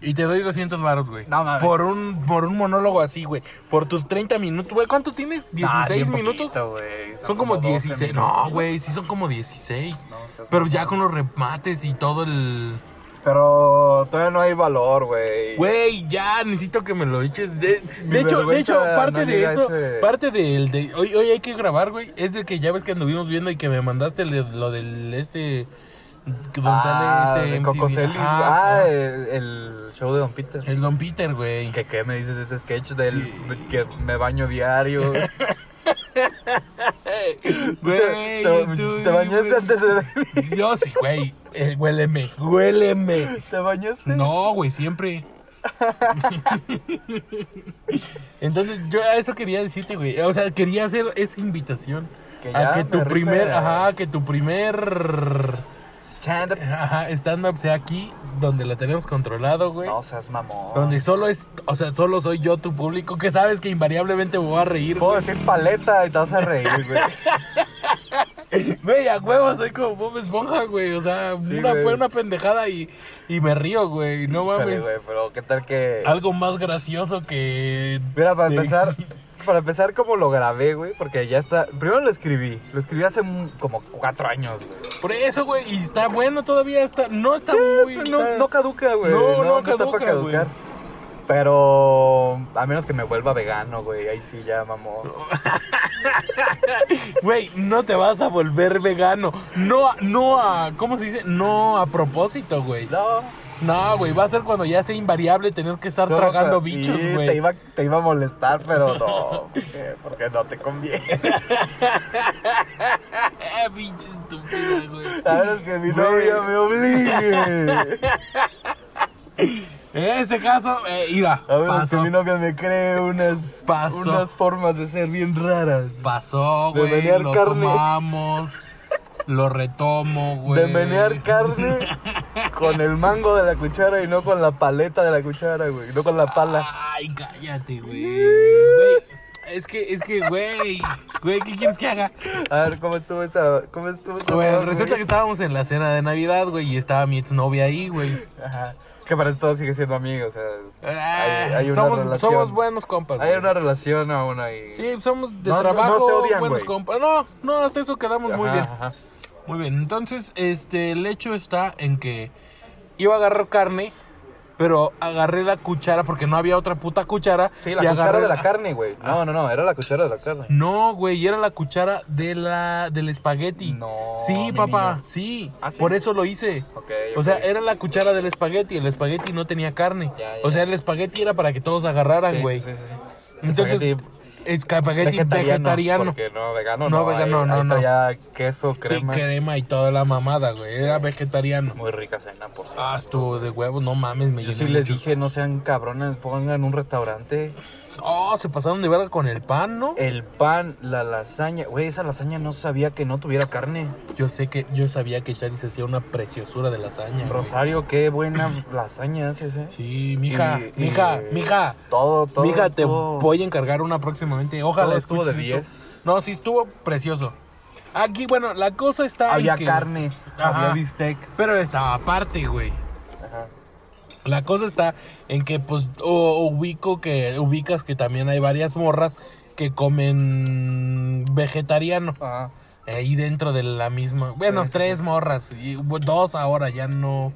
Speaker 5: y te doy 200 varos, güey.
Speaker 4: No mames.
Speaker 5: Por un, por un monólogo así, güey. Por tus 30 minutos, güey. ¿Cuánto tienes? ¿16
Speaker 4: Ah, bien
Speaker 5: minutos?
Speaker 4: poquito, güey,
Speaker 5: Son como
Speaker 4: 12
Speaker 5: 16.
Speaker 4: minutos.
Speaker 5: No, güey, sí son como 16.
Speaker 4: No, seas
Speaker 5: Pero
Speaker 4: mamón.
Speaker 5: ya con los remates y todo el...
Speaker 4: Pero todavía no hay valor, güey.
Speaker 5: Güey, ya necesito que me lo eches. De,
Speaker 4: Mi
Speaker 5: de hecho, de
Speaker 4: vergüenza
Speaker 5: hecho, parte
Speaker 4: no
Speaker 5: de
Speaker 4: llega a
Speaker 5: eso,
Speaker 4: ese-
Speaker 5: parte del... De, hoy, hoy hay que grabar, güey. Es de que ya ves que anduvimos viendo y que me mandaste le- lo del este... Donde
Speaker 4: Ah,
Speaker 5: sale este...
Speaker 4: de
Speaker 5: MC,
Speaker 4: Coco Celis.
Speaker 5: Ajá,
Speaker 4: Ah,
Speaker 5: ajá.
Speaker 4: el, el show de Don Peter.
Speaker 5: El Don Peter, güey.
Speaker 4: ¿Qué, qué me dices de ese sketch del que me baño diario?
Speaker 5: Güey,
Speaker 4: te, te-
Speaker 5: estoy-
Speaker 4: te bañaste antes de venir?
Speaker 5: Yo sí, güey. Eh, huéleme, huéleme.
Speaker 4: ¿Te bañaste?
Speaker 5: No, güey, siempre. Entonces, yo a eso quería decirte, güey. O sea, quería hacer esa invitación.
Speaker 4: Que ya
Speaker 5: a que
Speaker 4: me
Speaker 5: tu
Speaker 4: rife.
Speaker 5: primer, ajá, que tu primer
Speaker 4: Stand up.
Speaker 5: ajá, stand-up sea aquí, donde lo tenemos controlado, güey.
Speaker 4: No seas mamón.
Speaker 5: Donde solo es, o sea, solo soy yo tu público, que sabes que invariablemente me voy a reír,
Speaker 4: Puedo decir paleta y te vas a reír, güey.
Speaker 5: Güey, a huevo soy como Bob Esponja, güey. O sea,
Speaker 4: Sí,
Speaker 5: una,
Speaker 4: güey.
Speaker 5: fue una pendejada y, y me río, güey. No
Speaker 4: Híjole,
Speaker 5: mames.
Speaker 4: güey, pero qué tal que.
Speaker 5: Algo más gracioso que.
Speaker 4: Mira, para
Speaker 5: de-
Speaker 4: empezar, para empezar, como lo grabé, güey, porque ya está. Primero lo escribí. Lo escribí hace mm, como cuatro años, güey.
Speaker 5: Por eso, güey. Y está bueno todavía. Está, no está muy.
Speaker 4: pues No,
Speaker 5: está-
Speaker 4: no caduca, güey.
Speaker 5: No, no
Speaker 4: está
Speaker 5: caduca,
Speaker 4: para caducar. Pero. A menos que me vuelva vegano, güey. Ahí sí ya, mamón.
Speaker 5: Güey, no te vas a volver vegano. No, a- no a. ¿Cómo se dice? No a propósito, güey.
Speaker 4: No.
Speaker 5: No, güey. Va a ser cuando ya sea invariable tener que estar
Speaker 4: solo
Speaker 5: tragando
Speaker 4: que-
Speaker 5: bichos,
Speaker 4: sí,
Speaker 5: güey.
Speaker 4: Te iba, te iba a molestar, pero no. eh, Porque no te conviene.
Speaker 5: Ah, pinche estúpida, güey.
Speaker 4: Sabes que mi novia me obligue.
Speaker 5: En ese caso, eh, mira.
Speaker 4: A ver,
Speaker 5: pasó.
Speaker 4: que mi novia me cree unas,
Speaker 5: Pasó.
Speaker 4: unas formas de ser bien raras.
Speaker 5: Pasó,
Speaker 4: De
Speaker 5: güey.
Speaker 4: menear
Speaker 5: Lo
Speaker 4: carne.
Speaker 5: tomamos. Lo retomo, güey.
Speaker 4: De menear carne con el mango de la cuchara y no con la paleta de la cuchara, güey. No con la pala.
Speaker 5: Ay, cállate, güey. Güey, Es que, es que, güey. Güey, ¿qué quieres que haga?
Speaker 4: A ver, ¿cómo estuvo esa? ¿Cómo estuvo esa?
Speaker 5: Güey,
Speaker 4: madre,
Speaker 5: Pues, resulta
Speaker 4: güey?
Speaker 5: que estábamos en la cena de Navidad, güey, y estaba mi exnovia ahí, güey.
Speaker 4: Ajá. Que para esto sigue siendo amigo, o sea. Hay,
Speaker 5: Ah,
Speaker 4: hay una
Speaker 5: somos,
Speaker 4: relación.
Speaker 5: somos buenos compas.
Speaker 4: Hay
Speaker 5: güey.
Speaker 4: una relación aún ahí.
Speaker 5: Sí, somos de
Speaker 4: No, no- no
Speaker 5: trabajo,
Speaker 4: se odian,
Speaker 5: buenos
Speaker 4: güey.
Speaker 5: compas. No, no, hasta eso quedamos muy
Speaker 4: Ajá,
Speaker 5: bien.
Speaker 4: ajá.
Speaker 5: Muy bien, entonces este, el hecho está en que iba a agarrar carne, Pero agarré la cuchara porque no había otra puta cuchara.
Speaker 4: Sí, la
Speaker 5: y
Speaker 4: cuchara
Speaker 5: agarré- Mm.
Speaker 4: de la carne, güey. No, no, no, era la cuchara de la carne.
Speaker 5: No, güey, era la cuchara de la del espagueti.
Speaker 4: No,
Speaker 5: Sí,
Speaker 4: mi
Speaker 5: papá,
Speaker 4: niño.
Speaker 5: sí.
Speaker 4: ¿Ah, sí?
Speaker 5: Por eso lo hice.
Speaker 4: Ok,
Speaker 5: O sea,
Speaker 4: ok.
Speaker 5: era la cuchara del espagueti. El espagueti no tenía carne.
Speaker 4: Ya, ya.
Speaker 5: O sea, el espagueti era para que todos agarraran,
Speaker 4: Sí,
Speaker 5: güey.
Speaker 4: sí, sí, sí.
Speaker 5: Entonces,
Speaker 4: Espagueti
Speaker 5: espagueti vegetariano.
Speaker 4: Porque no vegano,
Speaker 5: No,
Speaker 4: no.
Speaker 5: vegano,
Speaker 4: ahí-
Speaker 5: no,
Speaker 4: ahí
Speaker 5: no.
Speaker 4: traía queso, crema.
Speaker 5: crema. crema y toda la mamada, güey. Era vegetariano.
Speaker 4: Muy rica cena, por cierto.
Speaker 5: Ah, estuvo de huevo, no mames, me
Speaker 4: Yo
Speaker 5: llené
Speaker 4: sí les
Speaker 5: mucho.
Speaker 4: dije, no sean cabrones, pongan un restaurante.
Speaker 5: Oh, se pasaron de verga con el pan, ¿no?
Speaker 4: El pan, la lasaña. Güey, esa lasaña no sabía que no tuviera carne.
Speaker 5: Yo sé que yo sabía que Charis hacía una preciosura de lasaña. güey.
Speaker 4: Rosario, qué buena lasaña haces, eh.
Speaker 5: Sí, mija,
Speaker 4: Y- y-
Speaker 5: mija, mija.
Speaker 4: Todo, todo.
Speaker 5: mija, te
Speaker 4: estuvo-
Speaker 5: voy a encargar una próximamente. Ojalá
Speaker 4: todo estuvo
Speaker 5: escuches
Speaker 4: de
Speaker 5: esto.
Speaker 4: 10.
Speaker 5: No, sí estuvo precioso. Aquí, bueno, la cosa está en
Speaker 4: Había
Speaker 5: que-
Speaker 4: carne,
Speaker 5: Ajá.
Speaker 4: había bistec.
Speaker 5: Pero estaba aparte, güey.
Speaker 4: Ajá.
Speaker 5: La cosa está en que, pues, o- ubico que, ubicas que también hay varias morras que comen vegetariano.
Speaker 4: Ajá.
Speaker 5: Ahí dentro de la misma. Bueno, tres morras. Y bu- dos ahora, ya no.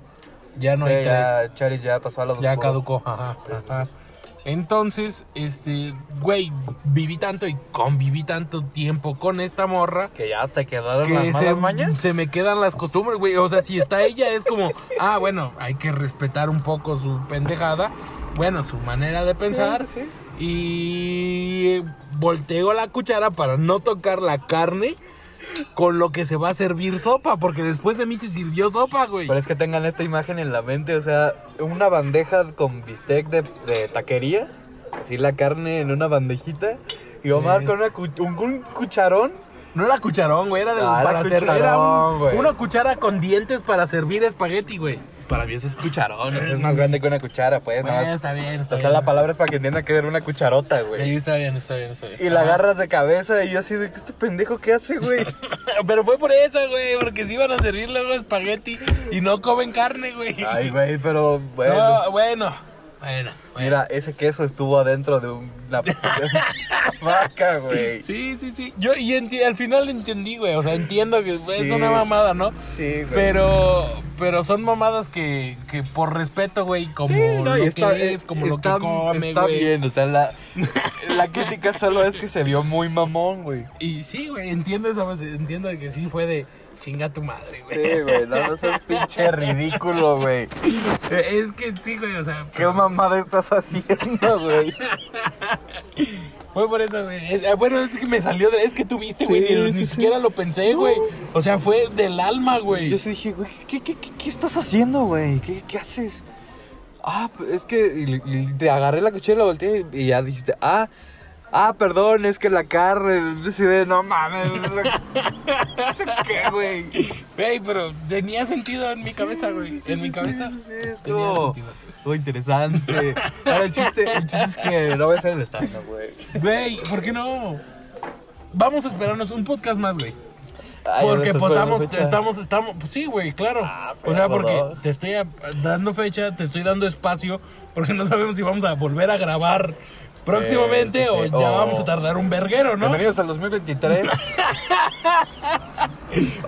Speaker 5: Ya no
Speaker 4: Sí,
Speaker 5: hay
Speaker 4: ya,
Speaker 5: tres.
Speaker 4: Charis ya pasó a la
Speaker 5: Ya
Speaker 4: oscura.
Speaker 5: caducó. Ajá,
Speaker 4: Sí, sí,
Speaker 5: ajá. Entonces, este, güey, viví tanto y conviví tanto tiempo con esta morra.
Speaker 4: Que ya te quedaron las
Speaker 5: Que
Speaker 4: malas
Speaker 5: se,
Speaker 4: mañas.
Speaker 5: se me quedan las costumbres, güey. O sea, si está ella es como, ah, bueno, hay que respetar un poco su pendejada, bueno, su manera de pensar. Y volteo la cuchara para no tocar la carne con lo que se va a servir sopa, porque después de mí se sirvió sopa, güey.
Speaker 4: Pero es que tengan esta imagen en la mente, o sea, una bandeja con bistec de, de taquería, así la carne en una bandejita, y Omar
Speaker 5: Sí.
Speaker 4: con una cu- un, un cucharón.
Speaker 5: No era cucharón, güey, era, del-
Speaker 4: Ah, era
Speaker 5: para hacer, era
Speaker 4: cucharón,
Speaker 5: un-
Speaker 4: güey.
Speaker 5: una cuchara con dientes para servir espagueti, güey.
Speaker 4: Para mí eso es cucharón, es más grande que una cuchara, pues.
Speaker 5: Bueno,
Speaker 4: nada más.
Speaker 5: está bien, está
Speaker 4: o sea,
Speaker 5: bien.
Speaker 4: la palabra es para que entiendan que era una cucharota, güey.
Speaker 5: Sí, está bien, está bien, está bien.
Speaker 4: Y la
Speaker 5: Ajá.
Speaker 4: agarras de cabeza y yo así de, ¿este pendejo qué hace, güey?
Speaker 5: Pero fue por eso, güey, porque si iban a servir luego espagueti y no comen carne, güey.
Speaker 4: Ay, güey, pero
Speaker 5: No,
Speaker 4: bueno.
Speaker 5: bueno. bueno, bueno.
Speaker 4: Mira, ese queso estuvo adentro de un- una de una vaca, güey.
Speaker 5: Sí, sí, sí. Yo y enti- al final entendí, güey. O sea, entiendo que güey, es
Speaker 4: Sí.
Speaker 5: una mamada, ¿no?
Speaker 4: Sí, güey.
Speaker 5: Pero, pero son mamadas que, que por respeto, güey, como
Speaker 4: Sí, no,
Speaker 5: lo
Speaker 4: y está- eh,
Speaker 5: que es, como
Speaker 4: está-
Speaker 5: lo que come,
Speaker 4: Está
Speaker 5: güey.
Speaker 4: bien, o sea, la, la crítica solo es que se vio muy mamón, güey.
Speaker 5: Y sí, güey, entiendo esa vez, entiendo que sí fue de chinga tu madre, güey.
Speaker 4: Sí, güey, no, no seas pinche ridículo, güey.
Speaker 5: Es que sí, güey, o sea,
Speaker 4: ¿Qué mamada estás haciendo, güey?
Speaker 5: Fue por eso, güey. Es- eh, bueno, es que me salió de. Es que tú viste, güey. ni ni siquiera lo pensé, güey. O sea, fue del alma, güey.
Speaker 4: Yo sí dije, güey, ¿qué, qué, qué, qué estás haciendo, güey? ¿Qué, qué haces? Ah, es que y- y te agarré la cuchilla y la volteé y ya dijiste, ah, ah, perdón, es que la carne, así de, no mames. ¿Qué, güey?
Speaker 5: Güey, pero tenía sentido en mi cabeza, güey. en mi cabeza.
Speaker 4: Sí, sí, sí,
Speaker 5: tenía
Speaker 4: estuvo,
Speaker 5: sentido.
Speaker 4: estuvo interesante. Ahora el chiste, el chiste es que no voy a hacer el stand güey.
Speaker 5: Güey, ¿por qué no? Vamos a esperarnos un podcast más, güey.
Speaker 4: Ay,
Speaker 5: Porque
Speaker 4: ahorita
Speaker 5: pues
Speaker 4: espero la
Speaker 5: estamos,
Speaker 4: fecha.
Speaker 5: estamos, estamos, pues, sí, güey, claro. o
Speaker 4: pero
Speaker 5: sea, porque
Speaker 4: no.
Speaker 5: te estoy a- dando fecha, te estoy dando espacio, porque no sabemos si vamos a volver a grabar próximamente
Speaker 4: Eh, sí, sí.
Speaker 5: o ya
Speaker 4: O-
Speaker 5: vamos a tardar un verguero, ¿no?
Speaker 4: Bienvenidos al 2023.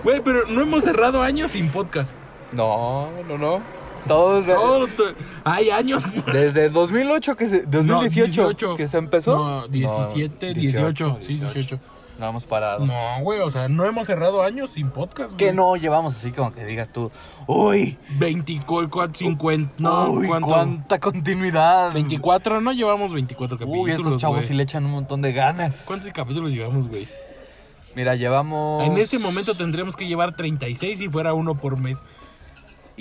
Speaker 5: Güey, pero no hemos cerrado años sin podcast.
Speaker 4: no, no, no. Todos.
Speaker 5: Todo te- hay años.
Speaker 4: Desde 2008 que se 2018 que se empezó.
Speaker 5: No, 17, 18, sí, 18.
Speaker 4: Vamos parados.
Speaker 5: No, güey, o sea, no hemos cerrado años sin podcast.
Speaker 4: Que
Speaker 5: güey.
Speaker 4: no llevamos así como que digas tú, uy,
Speaker 5: 24, 50, no,
Speaker 4: uy,
Speaker 5: ¿cuánto?
Speaker 4: cuánta continuidad.
Speaker 5: 24, no llevamos 24 capítulos.
Speaker 4: Uy, estos chavos
Speaker 5: güey.
Speaker 4: sí le echan un montón de ganas.
Speaker 5: ¿Cuántos capítulos llevamos, güey?
Speaker 4: Mira, llevamos
Speaker 5: En este momento tendremos que llevar 36 si fuera uno por mes.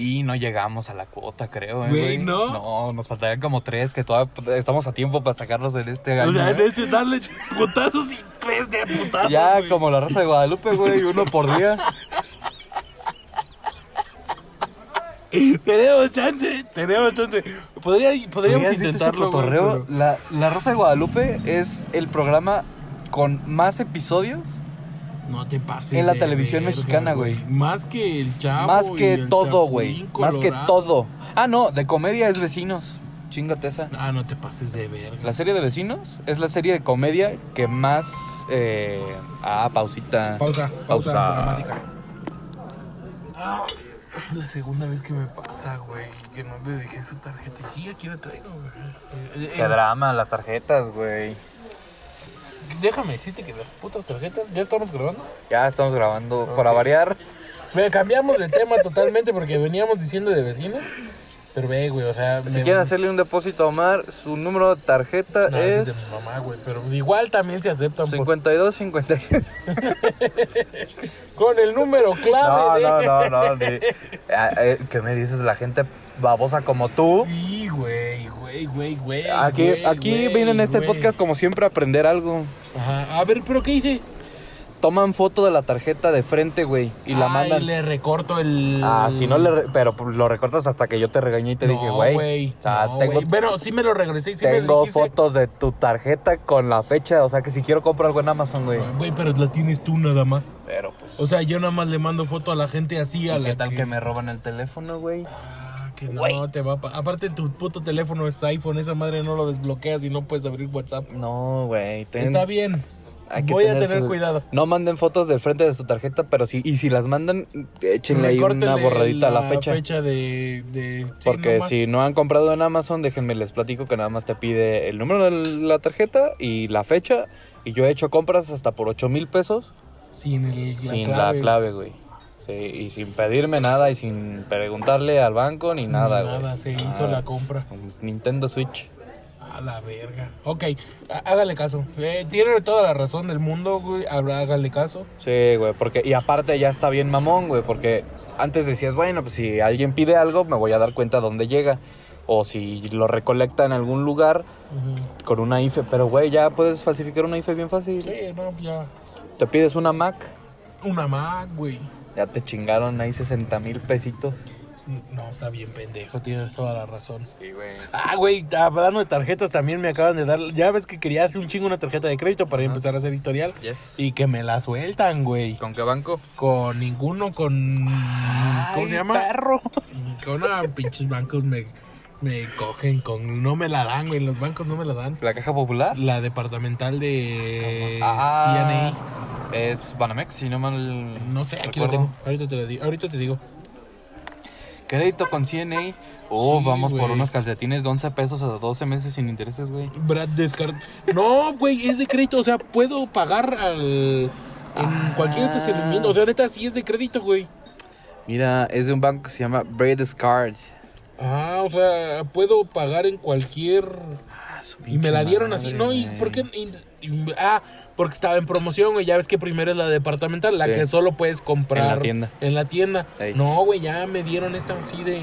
Speaker 4: Y no llegamos a la cuota, creo, ¿eh,
Speaker 5: Güey,
Speaker 4: güey.
Speaker 5: ¿no?
Speaker 4: No, nos faltarían como tres que todavía estamos a tiempo para sacarlos en este año.
Speaker 5: O sea, en
Speaker 4: ¿eh?
Speaker 5: este darle putazos y tres de putazos.
Speaker 4: Ya
Speaker 5: güey.
Speaker 4: como la raza de Guadalupe, güey, uno por día.
Speaker 5: Tenemos chance, tenemos chance. Podría, podríamos
Speaker 4: ¿Has visto ese
Speaker 5: intentarlo. güey,
Speaker 4: este cotorreo?
Speaker 5: pero-
Speaker 4: La, la Rosa de Guadalupe es el programa con más episodios,
Speaker 5: No te pases.
Speaker 4: En la
Speaker 5: de
Speaker 4: televisión mexicana, güey.
Speaker 5: Más que el chavo.
Speaker 4: más
Speaker 5: y
Speaker 4: que
Speaker 5: el
Speaker 4: todo,
Speaker 5: Chapulín
Speaker 4: güey. Más que
Speaker 5: Colorado.
Speaker 4: todo. Ah, no, de comedia es Vecinos. Chingate esa.
Speaker 5: Ah, no te pases de verga.
Speaker 4: La serie de Vecinos es la serie de comedia que más... eh, Ah, pausita.
Speaker 5: Pausa.
Speaker 4: Pausa.
Speaker 5: dramática. La segunda vez que me pasa, güey, que no le dejé su tarjetilla, aquí la traigo, güey. Eh, eh,
Speaker 4: Qué drama, las tarjetas, güey.
Speaker 5: déjame decirte que las putas tarjetas, ya estamos grabando.
Speaker 4: Ya estamos grabando. Para variar,
Speaker 5: Mira, cambiamos de tema totalmente porque veníamos diciendo de vecinos. Pero ve, güey, o sea...
Speaker 4: si
Speaker 5: me-
Speaker 4: quieren hacerle un depósito a Omar, su número de tarjeta
Speaker 5: No, ese es
Speaker 4: es
Speaker 5: de mi mamá, güey, pero pues igual también se aceptan por-
Speaker 4: 52 51.
Speaker 5: con el número
Speaker 4: No,
Speaker 5: clave
Speaker 4: no,
Speaker 5: de...
Speaker 4: no, no. ni- Ah, eh, ¿Qué me dices? La gente babosa como tú.
Speaker 5: Sí, güey, güey, güey, güey.
Speaker 4: Aquí,
Speaker 5: güey,
Speaker 4: aquí
Speaker 5: güey,
Speaker 4: vienen a este
Speaker 5: güey.
Speaker 4: podcast como siempre a aprender algo.
Speaker 5: Ajá, a ver, pero ¿qué hice?
Speaker 4: Toman foto de la tarjeta de frente, güey, y la
Speaker 5: Ah,
Speaker 4: mandan.
Speaker 5: y le recorto el...
Speaker 4: Ah, si no le... re- Pero lo recortas hasta que yo te regañé y te dije,
Speaker 5: No,
Speaker 4: güey. O sea,
Speaker 5: no,
Speaker 4: tengo,
Speaker 5: güey. Bueno, sí me lo regresé y sí me
Speaker 4: tengo
Speaker 5: dijiste-
Speaker 4: fotos de tu tarjeta con la fecha. O sea, que si quiero compro algo en Amazon, güey.
Speaker 5: Güey, pero la tienes tú nada más.
Speaker 4: Pero pues...
Speaker 5: O sea, yo nada más le mando foto a la gente así, a la
Speaker 4: ¿Qué tal que me roban el teléfono, güey?
Speaker 5: Ah, que no te va a... pa- Aparte, tu puto teléfono es iPhone, esa madre no lo desbloqueas y no puedes abrir WhatsApp.
Speaker 4: No, güey. ten-
Speaker 5: Está bien.
Speaker 4: hay que
Speaker 5: Voy a tener
Speaker 4: su-
Speaker 5: cuidado.
Speaker 4: No manden fotos del frente de su tarjeta, pero sí, y si las mandan, échenle ahí una
Speaker 5: Recórtenle
Speaker 4: borradita a la fecha.
Speaker 5: de... de- sí,
Speaker 4: Porque
Speaker 5: nomás.
Speaker 4: si no han comprado en Amazon, déjenme les platico que nada más te pide el número de la tarjeta y la fecha. Y yo he hecho compras hasta por 8 mil pesos
Speaker 5: Sin, el, la
Speaker 4: sin
Speaker 5: clave.
Speaker 4: la clave, güey. Sí, y sin pedirme nada y sin preguntarle al banco ni nada,
Speaker 5: Ni
Speaker 4: güey.
Speaker 5: Nada, se hizo
Speaker 4: Nada.
Speaker 5: la compra.
Speaker 4: Un Nintendo Switch.
Speaker 5: A la verga. Ok, há- hágale caso. Eh, tiene toda la razón del mundo, güey. Habrá- Hágale caso.
Speaker 4: Sí, güey, porque y aparte ya está bien mamón, güey, porque antes decías, bueno, pues si alguien pide algo, me voy a dar cuenta dónde llega o si lo recolecta en algún lugar con una IFE, pero güey, ya puedes falsificar una IFE bien fácil.
Speaker 5: Sí, no, ya.
Speaker 4: Te pides una Mac,
Speaker 5: Una Mac, güey.
Speaker 4: ya te chingaron ahí 60 mil pesitos.
Speaker 5: No, está bien pendejo, tienes toda la razón.
Speaker 4: Sí, güey.
Speaker 5: Ah, güey, hablando de tarjetas también me acaban de dar. Ya ves que quería hacer un chingo una tarjeta de crédito para empezar a hacer historial.
Speaker 4: Yes.
Speaker 5: Y que me la sueltan, güey.
Speaker 4: con qué banco?
Speaker 5: Con ninguno, con. ¿Cómo se llama?
Speaker 4: Perro.
Speaker 5: Con una pinches bancos me, me cogen con. No me la dan, güey. Los bancos no me la dan.
Speaker 4: La Caja Popular
Speaker 5: La departamental de
Speaker 4: Ah.
Speaker 5: CNI.
Speaker 4: es Banamex, si no mal
Speaker 5: No sé, aquí lo
Speaker 4: recuerdo.
Speaker 5: tengo. Ahorita te lo digo. Ahorita te digo.
Speaker 4: Crédito con CNA. Oh,
Speaker 5: Sí,
Speaker 4: vamos por
Speaker 5: güey.
Speaker 4: unos calcetines de 11 pesos a 12 meses sin intereses, güey.
Speaker 5: Brad Descart. No, güey, es de crédito. O sea, puedo pagar al.
Speaker 4: Ah.
Speaker 5: En cualquier establecimiento. O sea, neta, sí es de crédito, güey.
Speaker 4: Mira, es de un banco que se llama Braiders Card.
Speaker 5: Ah, o sea, puedo pagar en cualquier.
Speaker 4: Ah,
Speaker 5: Y me la dieron así. No, ¿y por qué? Y- y- ah, porque estaba en promoción, güey. Ya ves que primero es la departamental, la
Speaker 4: Sí.
Speaker 5: que solo puedes comprar.
Speaker 4: En la tienda.
Speaker 5: En la tienda.
Speaker 4: Ey.
Speaker 5: No, güey, ya me dieron esta así de.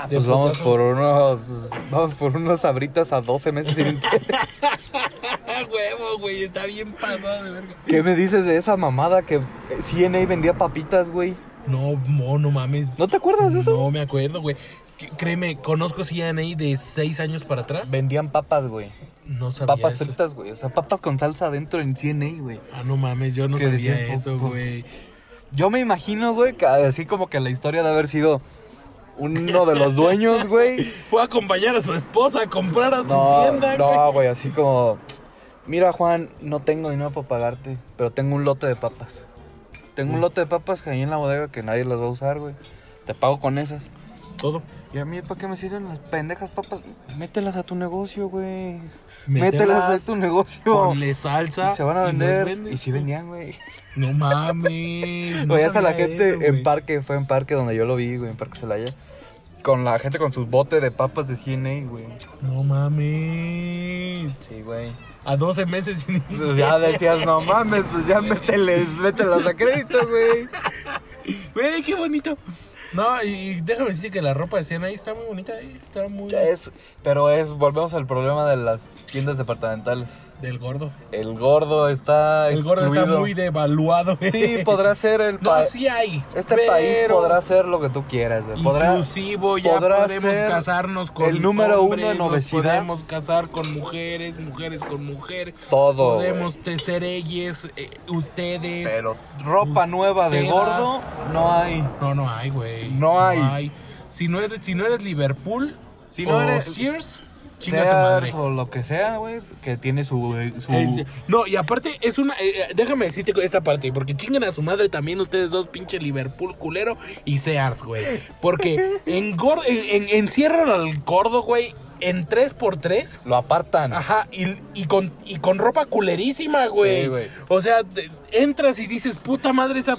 Speaker 4: Ah,
Speaker 5: de
Speaker 4: pues vamos
Speaker 5: putazo.
Speaker 4: por unos. Vamos por unos abritas a 12 meses sin intereses.
Speaker 5: Ah, huevo, güey, está bien pasado de verga.
Speaker 4: ¿Qué me dices de esa mamada que eh, CNA vendía papitas, güey?
Speaker 5: No, mo, no mames.
Speaker 4: ¿No te acuerdas de eso?
Speaker 5: No me acuerdo, güey. C- Créeme, conozco CNA de seis años para atrás.
Speaker 4: Vendían papas, güey.
Speaker 5: No sabía
Speaker 4: Papas
Speaker 5: eso.
Speaker 4: fritas, güey. O sea, papas con salsa adentro en CNA, güey.
Speaker 5: Ah, no mames, yo no
Speaker 4: ¿Qué
Speaker 5: sabía
Speaker 4: decías, po-
Speaker 5: eso,
Speaker 4: po-
Speaker 5: güey.
Speaker 4: Yo me imagino, güey, que así como que la historia de haber sido uno de los dueños, güey.
Speaker 5: Fue a acompañar a su esposa a comprar a su
Speaker 4: No,
Speaker 5: tienda,
Speaker 4: no, güey, así como. Mira, Juan, no tengo dinero para pagarte, pero tengo un lote de papas. Tengo un lote de papas que hay en la bodega que nadie las va a usar, güey. Te pago con esas.
Speaker 5: Todo.
Speaker 4: Y a mí, ¿para qué me sirven las pendejas papas? Mételas a tu negocio, güey. Mételas,
Speaker 5: Mételas,
Speaker 4: a tu negocio.
Speaker 5: ponle salsa.
Speaker 4: Y se van a
Speaker 5: y nos
Speaker 4: vender.
Speaker 5: vendes.
Speaker 4: Y si vendían, güey.
Speaker 5: No mames. no
Speaker 4: Oye, a la
Speaker 5: sabía
Speaker 4: gente
Speaker 5: eso,
Speaker 4: en
Speaker 5: güey.
Speaker 4: parque, fue en parque donde yo lo vi, güey, en Parque Celaya. Con la gente con su bote de papas de CNA, güey.
Speaker 5: No mames.
Speaker 4: Sí, güey.
Speaker 5: A 12 meses sin
Speaker 4: Pues ya decías, no mames, pues ya mételes, mételas a crédito, güey.
Speaker 5: Güey, qué bonito. No, y, y déjame decir que la ropa de cena ahí está muy bonita, eh, está muy
Speaker 4: Es, pero es, volvemos al problema de las tiendas departamentales.
Speaker 5: del gordo.
Speaker 4: El gordo está
Speaker 5: El gordo está
Speaker 4: excluido.
Speaker 5: muy devaluado. güey.
Speaker 4: Sí, podrá ser el
Speaker 5: No,
Speaker 4: pa-
Speaker 5: sí hay.
Speaker 4: Este
Speaker 5: pero
Speaker 4: país podrá ser lo que tú quieras, güey. Podrá-
Speaker 5: inclusivo ya
Speaker 4: podrá
Speaker 5: podemos
Speaker 4: ser
Speaker 5: casarnos con
Speaker 4: el número uno
Speaker 5: hombres,
Speaker 4: en
Speaker 5: nos
Speaker 4: obesidad.
Speaker 5: Podemos casar con mujeres, mujeres con mujeres.
Speaker 4: Todo,
Speaker 5: Podemos te- ser ellas, eh, ustedes.
Speaker 4: Pero ropa nueva de
Speaker 5: Telas.
Speaker 4: gordo no hay.
Speaker 5: No, no hay, güey.
Speaker 4: No hay.
Speaker 5: Si no eres, si no eres Liverpool,
Speaker 4: Si no
Speaker 5: o
Speaker 4: eres-
Speaker 5: Sears, Chinga tu madre.
Speaker 4: Sears o lo que sea, güey, que tiene su... su-
Speaker 5: Eh, no, y aparte es una... eh, eh, déjame decirte esta parte, porque chingan a su madre también ustedes dos, pinche Liverpool culero y Sears, güey. Porque engor- en- en- encierran al gordo, güey, en 3x3.
Speaker 4: lo apartan.
Speaker 5: Ajá, y, y con, y con ropa culerísima, güey.
Speaker 4: Sí, güey.
Speaker 5: o sea, te- entras y dices, puta madre, esa.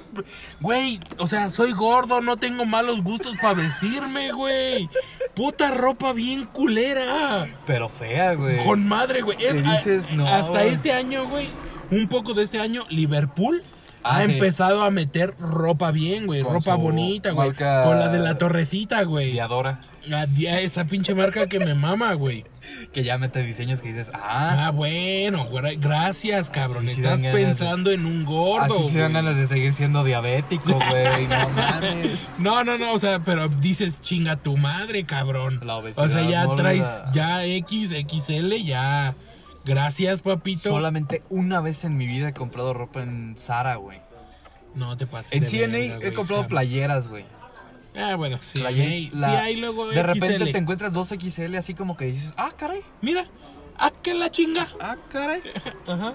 Speaker 5: Güey, o sea, soy gordo, no tengo malos gustos para vestirme, güey. Puta ropa bien culera.
Speaker 4: Pero fea, güey.
Speaker 5: Con madre, güey. Es- a-
Speaker 4: dices, no.
Speaker 5: Hasta este año, güey. Un poco de este año, Liverpool
Speaker 4: Ah,
Speaker 5: ha
Speaker 4: sí.
Speaker 5: empezado a meter ropa bien, güey.
Speaker 4: Con
Speaker 5: Ropa
Speaker 4: su
Speaker 5: bonita, güey.
Speaker 4: marca-
Speaker 5: Con la de la torrecita, güey.
Speaker 4: Y adora.
Speaker 5: La- Esa pinche marca que me mama, güey.
Speaker 4: Que ya mete diseños que dices, ah,
Speaker 5: Ah, bueno, güey, gracias, cabrón.
Speaker 4: Así sí
Speaker 5: Estás
Speaker 4: dan ganas de-
Speaker 5: pensando en un gordo.
Speaker 4: así se dan
Speaker 5: güey.
Speaker 4: ganas de seguir siendo diabético, güey. No mames.
Speaker 5: No, no, no, o sea, pero dices chinga tu madre, cabrón.
Speaker 4: La obesidad
Speaker 5: o sea, ya
Speaker 4: mórbida.
Speaker 5: traes ya X, XL, ya. Gracias, papito.
Speaker 4: Solamente una vez en mi vida he comprado ropa en Zara, güey.
Speaker 5: No te pases.
Speaker 4: En
Speaker 5: de
Speaker 4: CNA
Speaker 5: verga,
Speaker 4: he
Speaker 5: güey,
Speaker 4: comprado
Speaker 5: cabrón.
Speaker 4: playeras, güey.
Speaker 5: Ah, bueno, sí.
Speaker 4: Playe-
Speaker 5: hay-
Speaker 4: la-
Speaker 5: Sí, hay luego
Speaker 4: De repente
Speaker 5: XL.
Speaker 4: te encuentras dos XL así como que dices, ah, caray,
Speaker 5: Mira, ah, que la chinga.
Speaker 4: ah, caray.
Speaker 5: Ajá.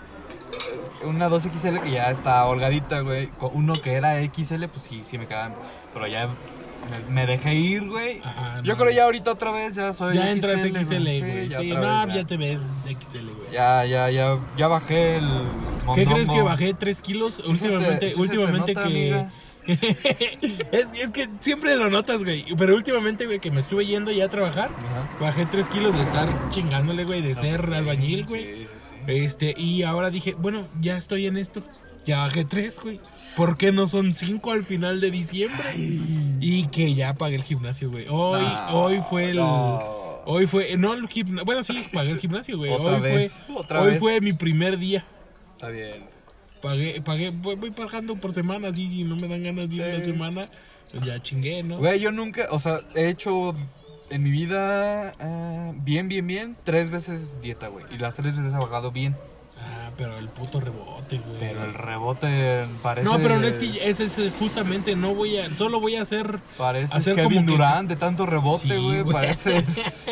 Speaker 4: Una 2XL que ya está holgadita, güey. Con Uno que era XL, pues sí, sí me cagan. Pero ya me, me dejé ir, güey.
Speaker 5: Ajá,
Speaker 4: Yo
Speaker 5: no.
Speaker 4: creo ya ahorita otra vez ya soy
Speaker 5: Ah, Ya entras
Speaker 4: güey.
Speaker 5: XL, güey. Sí,
Speaker 4: otra
Speaker 5: no, ah,
Speaker 4: vez,
Speaker 5: ya te ves XL, güey.
Speaker 4: Ya, ya, ya, ya bajé el
Speaker 5: ¿Qué
Speaker 4: mondongo.
Speaker 5: crees que bajé 3 kilos?
Speaker 4: Sí se te-
Speaker 5: últimamente,
Speaker 4: sí se te
Speaker 5: últimamente
Speaker 4: nota,
Speaker 5: que.
Speaker 4: amiga.
Speaker 5: es, es que siempre lo notas, güey. Pero últimamente, güey, que me estuve yendo ya a trabajar,
Speaker 4: Ajá.
Speaker 5: bajé 3 kilos de estar chingándole, güey, de ser albañil, güey.
Speaker 4: pues, Sí, sí, sí.
Speaker 5: Este, y ahora dije, bueno, ya estoy en esto. Ya bajé 3, güey. ¿Por qué no son 5 al final de diciembre? Y que ya pagué el gimnasio, güey. Hoy,
Speaker 4: No,
Speaker 5: hoy fue el.
Speaker 4: no.
Speaker 5: Hoy fue. eh, No, el gimnasio. Bueno, sí, pagué el gimnasio, güey.
Speaker 4: Otra
Speaker 5: hoy
Speaker 4: vez,
Speaker 5: fue.
Speaker 4: otra
Speaker 5: hoy
Speaker 4: vez.
Speaker 5: fue mi primer día.
Speaker 4: Está bien.
Speaker 5: Pagué, pagué, voy, voy pagando por semana, sí, si no me dan ganas de ir
Speaker 4: Sí.
Speaker 5: la semana, pues ya chingué, ¿no?
Speaker 4: Güey, yo nunca, o sea, he hecho en mi vida ah, bien, bien, bien, tres veces dieta, güey. Y las tres veces ha bajado bien.
Speaker 5: Ah, pero el puto rebote, güey.
Speaker 4: Pero el rebote parece...
Speaker 5: No, pero no es que ese es justamente, no voy a, solo voy a hacer,
Speaker 4: Parece
Speaker 5: hacer
Speaker 4: Kevin
Speaker 5: como que-
Speaker 4: Durant de tanto rebote,
Speaker 5: Sí,
Speaker 4: güey.
Speaker 5: güey.
Speaker 4: Pareces...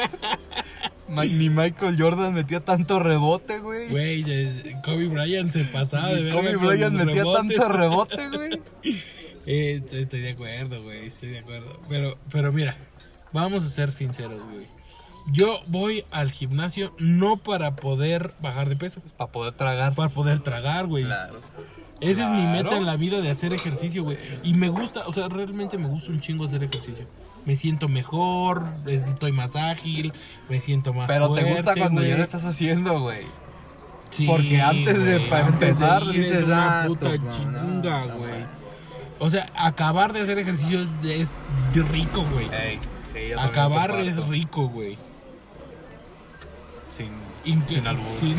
Speaker 4: Ma- Ni Michael Jordan metía tanto rebote, güey.
Speaker 5: güey, eh, Kobe Bryant se pasaba de
Speaker 4: Ni
Speaker 5: verga
Speaker 4: Kobe
Speaker 5: con
Speaker 4: Bryant
Speaker 5: los
Speaker 4: metía
Speaker 5: rebotes.
Speaker 4: tanto rebote, güey.
Speaker 5: Eh, estoy- estoy de acuerdo, güey, estoy de acuerdo. Pero, pero mira, vamos a ser sinceros, güey. Yo voy al gimnasio no para poder bajar de peso,
Speaker 4: Para poder tragar.
Speaker 5: para poder tragar, güey. Esa es mi meta en la vida de hacer ejercicio, güey. Y me gusta, o sea, realmente me gusta un chingo hacer ejercicio. Me siento mejor, es- estoy más ágil, me siento más
Speaker 4: Pero te gusta
Speaker 5: fuerte,
Speaker 4: cuando
Speaker 5: güey.
Speaker 4: ya lo estás haciendo, güey.
Speaker 5: Sí,
Speaker 4: porque antes de-
Speaker 5: güey,
Speaker 4: para
Speaker 5: antes de
Speaker 4: empezar,
Speaker 5: ir
Speaker 4: dices,
Speaker 5: es una
Speaker 4: "Ah,
Speaker 5: puta
Speaker 4: toma, no,
Speaker 5: chinga,
Speaker 4: no,
Speaker 5: güey. O sea, acabar de hacer ejercicio es, es de rico, güey. Acabar es rico, güey.
Speaker 4: Sin...
Speaker 5: Inque-
Speaker 4: Sin albur.
Speaker 5: sin-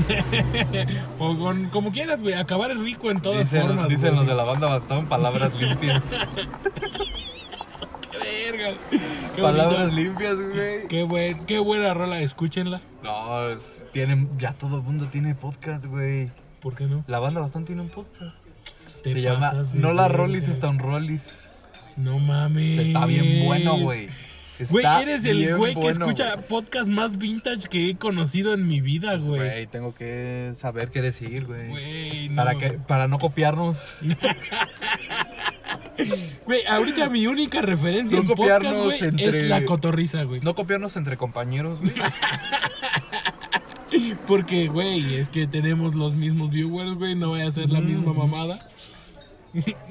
Speaker 5: o con, como quieras, güey. Acabar es rico en todas
Speaker 4: Dicen,
Speaker 5: formas.
Speaker 4: dicen
Speaker 5: güey.
Speaker 4: los de la banda bastón palabras limpias.
Speaker 5: Qué verga. Qué bonito.
Speaker 4: palabras limpias, güey.
Speaker 5: Qué, buen, qué buena rola, escúchenla.
Speaker 4: No, es- tienen, ya todo el mundo tiene podcast, güey.
Speaker 5: ¿Por qué no?
Speaker 4: La banda bastón tiene un podcast.
Speaker 5: Te
Speaker 4: Se llama
Speaker 5: pasas de
Speaker 4: No la
Speaker 5: verga.
Speaker 4: Rollis, está un Rollis.
Speaker 5: No mames.
Speaker 4: Está bien bueno, güey.
Speaker 5: Güey,
Speaker 4: Está
Speaker 5: eres el
Speaker 4: bien
Speaker 5: güey que
Speaker 4: bueno,
Speaker 5: escucha
Speaker 4: güey. Pues,
Speaker 5: podcast más vintage que he conocido en mi vida, güey.
Speaker 4: Güey, tengo que saber qué decir, güey.
Speaker 5: Güey, no.
Speaker 4: Para, que, para no copiarnos.
Speaker 5: Güey, ahorita mi única referencia
Speaker 4: No
Speaker 5: en podcast,
Speaker 4: copiarnos
Speaker 5: güey, es
Speaker 4: entre-
Speaker 5: la cotorriza, güey.
Speaker 4: No copiarnos entre compañeros, güey.
Speaker 5: Porque, güey, es que tenemos los mismos viewers, güey. No voy a hacer la misma mamada. No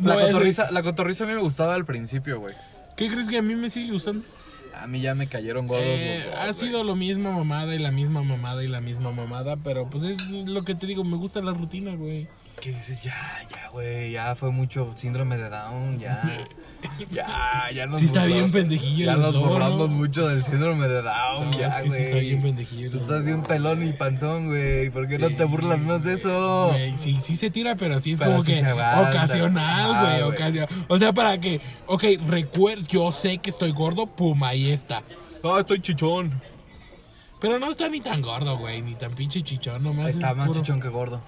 Speaker 4: Mm. La
Speaker 5: voy a hacer-
Speaker 4: cotorriza, la cotorriza a mí me gustaba al principio, güey.
Speaker 5: ¿Qué crees que a mí me sigue gustando?
Speaker 4: A mí ya me cayeron gordos.
Speaker 5: Eh,
Speaker 4: los dos,
Speaker 5: ha
Speaker 4: güey.
Speaker 5: sido lo mismo mamada y la misma mamada y la misma mamada, pero pues es lo que te digo, me gusta la rutina, güey.
Speaker 4: Que dices, ya, ya, güey, ya fue mucho síndrome de Down, ya. ya, ya nos
Speaker 5: Sí está
Speaker 4: burlamos-
Speaker 5: bien pendejillo
Speaker 4: Ya
Speaker 5: el
Speaker 4: nos
Speaker 5: lobo,
Speaker 4: borramos
Speaker 5: ¿no?
Speaker 4: mucho del síndrome de Down,
Speaker 5: No,
Speaker 4: ya,
Speaker 5: es que sí
Speaker 4: güey.
Speaker 5: está bien pendejillo el
Speaker 4: Tú
Speaker 5: lobo,
Speaker 4: estás bien pelón y panzón, güey. ¿Por qué no te burlas más de eso?
Speaker 5: Güey, sí, sí se tira, pero sí es
Speaker 4: Pero
Speaker 5: como
Speaker 4: sí
Speaker 5: que
Speaker 4: se aguanta.
Speaker 5: ocasional,
Speaker 4: Ah,
Speaker 5: güey,
Speaker 4: güey.
Speaker 5: ocasional. O sea, para que, ok, recuerdo, yo sé que estoy gordo, pum, ahí está.
Speaker 4: Ah, estoy chichón.
Speaker 5: Pero no está ni tan gordo, güey, ni tan pinche chichón, nomás
Speaker 4: Está
Speaker 5: es
Speaker 4: más
Speaker 5: puro-
Speaker 4: chichón que gordo.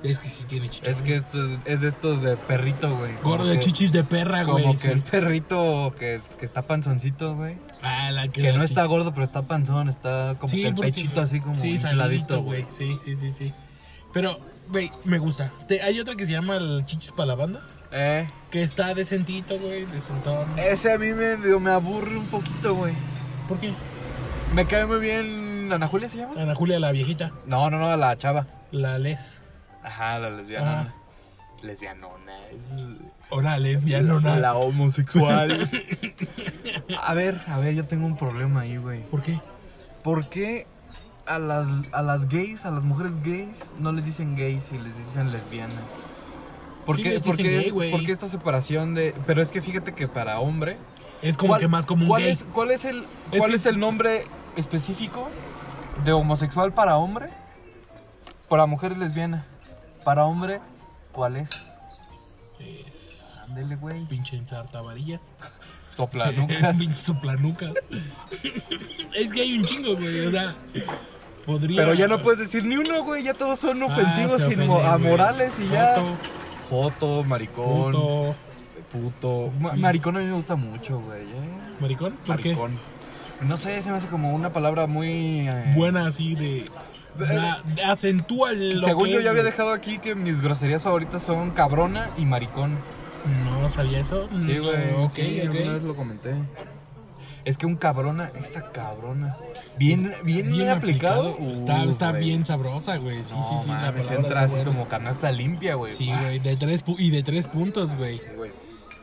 Speaker 5: Es que sí tiene chichón.
Speaker 4: Es que esto es, es de estos de perrito, güey.
Speaker 5: Gordo
Speaker 4: Como
Speaker 5: de
Speaker 4: que-
Speaker 5: chichis de perra, güey.
Speaker 4: Como
Speaker 5: sí.
Speaker 4: que el perrito que, que está panzoncito, güey.
Speaker 5: Ah, la
Speaker 4: Que no está gordo, pero está panzón, está como que el
Speaker 5: porque-
Speaker 4: pechito así como
Speaker 5: sí,
Speaker 4: infladito,
Speaker 5: saladito, güey. Sí, sí, sí, sí. Pero, güey, me gusta. Te- hay otra que se llama el chichis para la banda.
Speaker 4: Eh,
Speaker 5: Que está decentito, güey, desentón.
Speaker 4: ese a mí me, me aburre un poquito, güey.
Speaker 5: ¿Por qué?
Speaker 4: Me cae muy bien. ¿Ana Julia se llama?
Speaker 5: Ana Julia, la viejita,
Speaker 4: No, no, no, la chava.
Speaker 5: la les.
Speaker 4: Ajá, la lesbiana. Lesbianona. es-
Speaker 5: O la lesbianona.
Speaker 4: La homosexual. a ver, a ver, yo tengo un problema ahí, güey.
Speaker 5: ¿Por qué?
Speaker 4: ¿Por qué a las, a las gays, a las mujeres gays, no les dicen gays y les dicen lesbiana? ¿Por
Speaker 5: Sí,
Speaker 4: qué,
Speaker 5: les
Speaker 4: por
Speaker 5: dicen
Speaker 4: qué-
Speaker 5: gay, güey.
Speaker 4: por qué esta separación de.? Pero es que fíjate que para hombre.
Speaker 5: Es como
Speaker 4: ¿cuál-
Speaker 5: que más común
Speaker 4: ¿cuál
Speaker 5: gay.
Speaker 4: Es, ¿Cuál, es el,
Speaker 5: Es
Speaker 4: cuál
Speaker 5: que-
Speaker 4: es el nombre específico de homosexual para hombre? Para mujer lesbiana. Para hombre, ¿cuál es? Ándele, güey.
Speaker 5: Pinche ensartavarillas.
Speaker 4: Sopla, ¿no?
Speaker 5: Pinche soplanucas. es que hay un chingo, güey. O sea, podría.
Speaker 4: Pero ya no puedes decir ni uno, güey. Ya todos son
Speaker 5: Ah,
Speaker 4: ofensivos
Speaker 5: se
Speaker 4: y
Speaker 5: ofenden,
Speaker 4: mo-
Speaker 5: güey.
Speaker 4: amorales y ya.
Speaker 5: Joto,
Speaker 4: Joto, maricón.
Speaker 5: puto,
Speaker 4: Puto. Ma- maricón a mí me gusta mucho, güey. ¿eh?
Speaker 5: maricón. ¿Por
Speaker 4: Maricón. No sé, se me hace como una palabra muy. eh,
Speaker 5: qué? Buena así de. da- acentúa el.
Speaker 4: Según yo ya había dejado aquí que mis groserías favoritas son cabrona y maricón.
Speaker 5: No sabía eso.
Speaker 4: Sí,
Speaker 5: No,
Speaker 4: güey.
Speaker 5: Mm, ok,
Speaker 4: sí,
Speaker 5: ok.
Speaker 4: alguna vez lo comenté. Es que un cabrona, esa cabrona. Bien, bien,
Speaker 5: Bien
Speaker 4: aplicado.
Speaker 5: está
Speaker 4: Uh,
Speaker 5: está
Speaker 4: güey.
Speaker 5: bien sabrosa, güey. Sí,
Speaker 4: No,
Speaker 5: sí, sí. la
Speaker 4: mames,
Speaker 5: palabra
Speaker 4: entra
Speaker 5: está
Speaker 4: así
Speaker 5: buena.
Speaker 4: como canasta limpia, güey.
Speaker 5: Sí,
Speaker 4: Ah,
Speaker 5: güey. De tres pu- y de tres puntos, güey.
Speaker 4: güey.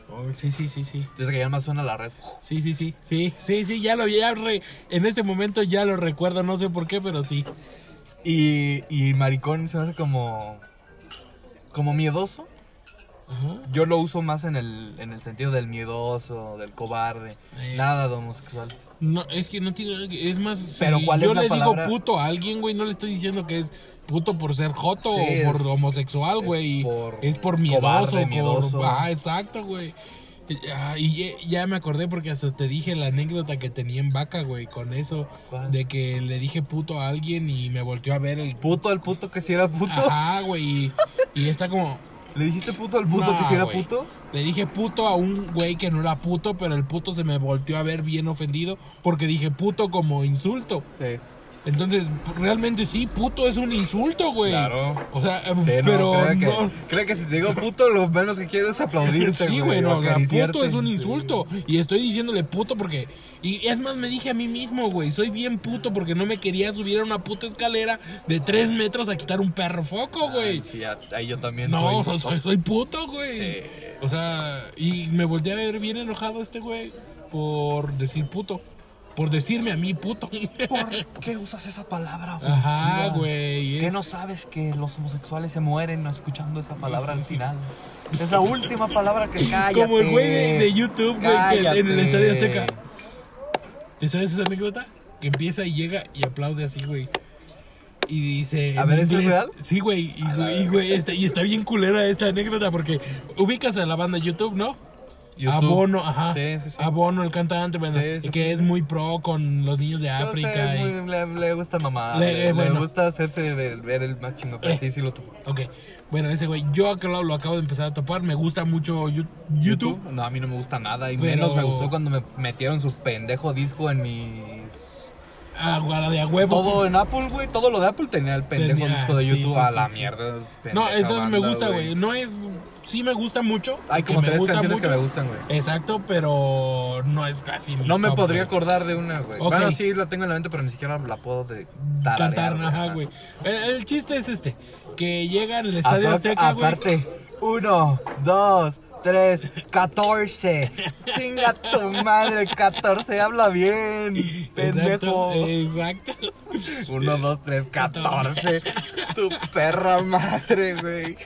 Speaker 5: Oh, sí, sí, sí, sí.
Speaker 4: Desde que ya más suena la red.
Speaker 5: Sí, sí, sí, sí, sí, sí, ya lo ya re- en ese momento ya lo recuerdo, no sé por qué, pero sí.
Speaker 4: Y, y maricón se me hace como. como miedoso.
Speaker 5: Ajá.
Speaker 4: Yo lo uso más en el, en el sentido del miedoso, del cobarde.
Speaker 5: Eh.
Speaker 4: Nada de homosexual.
Speaker 5: No, es que no tiene, nada que- es más,
Speaker 4: Pero, ¿cuál es
Speaker 5: yo
Speaker 4: la
Speaker 5: le
Speaker 4: palabra?
Speaker 5: digo puto a alguien, güey, no le estoy diciendo que es puto por ser joto
Speaker 4: Sí,
Speaker 5: o por
Speaker 4: es-
Speaker 5: homosexual,
Speaker 4: es
Speaker 5: güey.
Speaker 4: por
Speaker 5: Es por miedoso,
Speaker 4: cobarde,
Speaker 5: por-
Speaker 4: miedoso.
Speaker 5: Ah, exacto, güey. Ah, Y ya, ya me acordé porque hasta te dije la anécdota que tenía en vaca, güey, con eso
Speaker 4: ¿Cuál?
Speaker 5: de que le dije puto a alguien y me volteó a ver el
Speaker 4: Puto al puto que si era puto.
Speaker 5: Ajá, güey. Y, y está como
Speaker 4: ¿Le dijiste puto al puto
Speaker 5: No,
Speaker 4: que si era
Speaker 5: güey.
Speaker 4: puto?
Speaker 5: Le dije puto a un güey que no era puto, pero el puto se me volteó a ver bien ofendido porque dije puto como insulto.
Speaker 4: Sí.
Speaker 5: Entonces, realmente sí, puto es un insulto, güey.
Speaker 4: Claro.
Speaker 5: O sea, eh,
Speaker 4: Sí, no,
Speaker 5: pero
Speaker 4: creo, que,
Speaker 5: no.
Speaker 4: creo que si te digo puto, lo menos que quiero es aplaudirte.
Speaker 5: Sí, güey,
Speaker 4: o
Speaker 5: no, o sea, puto
Speaker 4: acariciarte.
Speaker 5: es un
Speaker 4: Sí.
Speaker 5: insulto. Y estoy diciéndole puto porque. Y es más, me dije a mí mismo, güey, soy bien puto porque no me quería subir a una puta escalera de tres metros a quitar un perro foco, güey.
Speaker 4: Ay, Ah, sí, a- ahí yo también soy.
Speaker 5: No, soy, soy, soy puto, güey. O sea, y me volteé a ver bien enojado este güey por decir puto. Por decirme a mí puto.
Speaker 4: ¿Por qué usas esa palabra?
Speaker 5: Ajá,
Speaker 4: ofensiva?
Speaker 5: güey.
Speaker 4: ¿Qué
Speaker 5: es-
Speaker 4: no sabes que los homosexuales se mueren no escuchando esa palabra al final? Es la última palabra que cállate.
Speaker 5: Como el güey de, de YouTube, güey, que en el
Speaker 4: Cállate.
Speaker 5: Estadio Azteca. ¿Te sabes esa anécdota? Que empieza y llega y aplaude así, güey. Y dice.
Speaker 4: A
Speaker 5: en
Speaker 4: ver, ¿eso es
Speaker 5: inglés-
Speaker 4: real?
Speaker 5: Sí, güey. Y, güey, y, güey, está, y está bien culera esta anécdota porque ubicas a la banda YouTube, ¿no? Abono, ajá.
Speaker 4: Sí, sí, sí.
Speaker 5: Abono, el cantante, bueno,
Speaker 4: Sí, sí,
Speaker 5: que es muy pro con los niños de
Speaker 4: Yo sé,
Speaker 5: África.
Speaker 4: es
Speaker 5: y-
Speaker 4: muy- le, le gusta mamá.
Speaker 5: Le-
Speaker 4: Le, le
Speaker 5: bueno.
Speaker 4: gusta hacerse ver, ver el más chingo. Pero
Speaker 5: Eh.
Speaker 4: sí, sí lo tuvo.
Speaker 5: Ok, bueno, ese güey, yo acá lo, lo acabo de empezar a topar, me gusta mucho Yu- YouTube.
Speaker 4: No, a mí no me gusta nada. Y
Speaker 5: Pero-
Speaker 4: menos me gustó cuando me metieron su pendejo disco en mis.
Speaker 5: Ah, guarda de a huevo.
Speaker 4: Todo en Apple, güey. Todo lo de Apple tenía el pendejo
Speaker 5: Tenía-
Speaker 4: disco de
Speaker 5: sí,
Speaker 4: YouTube.
Speaker 5: sí,
Speaker 4: a
Speaker 5: sí,
Speaker 4: la
Speaker 5: sí.
Speaker 4: mierda.
Speaker 5: No,
Speaker 4: pendeja
Speaker 5: entonces me
Speaker 4: banda,
Speaker 5: gusta, güey. No es. Sí me gusta mucho.
Speaker 4: Hay
Speaker 5: que
Speaker 4: como
Speaker 5: me
Speaker 4: tres
Speaker 5: gusta
Speaker 4: canciones que
Speaker 5: mucho.
Speaker 4: me gustan, güey.
Speaker 5: Exacto, pero no es casi. mi
Speaker 4: No me
Speaker 5: top,
Speaker 4: podría
Speaker 5: güey.
Speaker 4: acordar de una, güey.
Speaker 5: Ok.
Speaker 4: Bueno, sí, la tengo en la mente, pero ni siquiera la puedo de tararear,
Speaker 5: cantar, ajá, güey. El, el chiste es este: que llega al Estadio
Speaker 4: Aparte,
Speaker 5: Azteca, güey.
Speaker 4: aparte, uno, dos, tres, catorce. Chinga tu madre, catorce, habla bien, pendejo.
Speaker 5: Exacto, eh, exacto.
Speaker 4: Uno, dos, tres, catorce. tu perra madre, güey.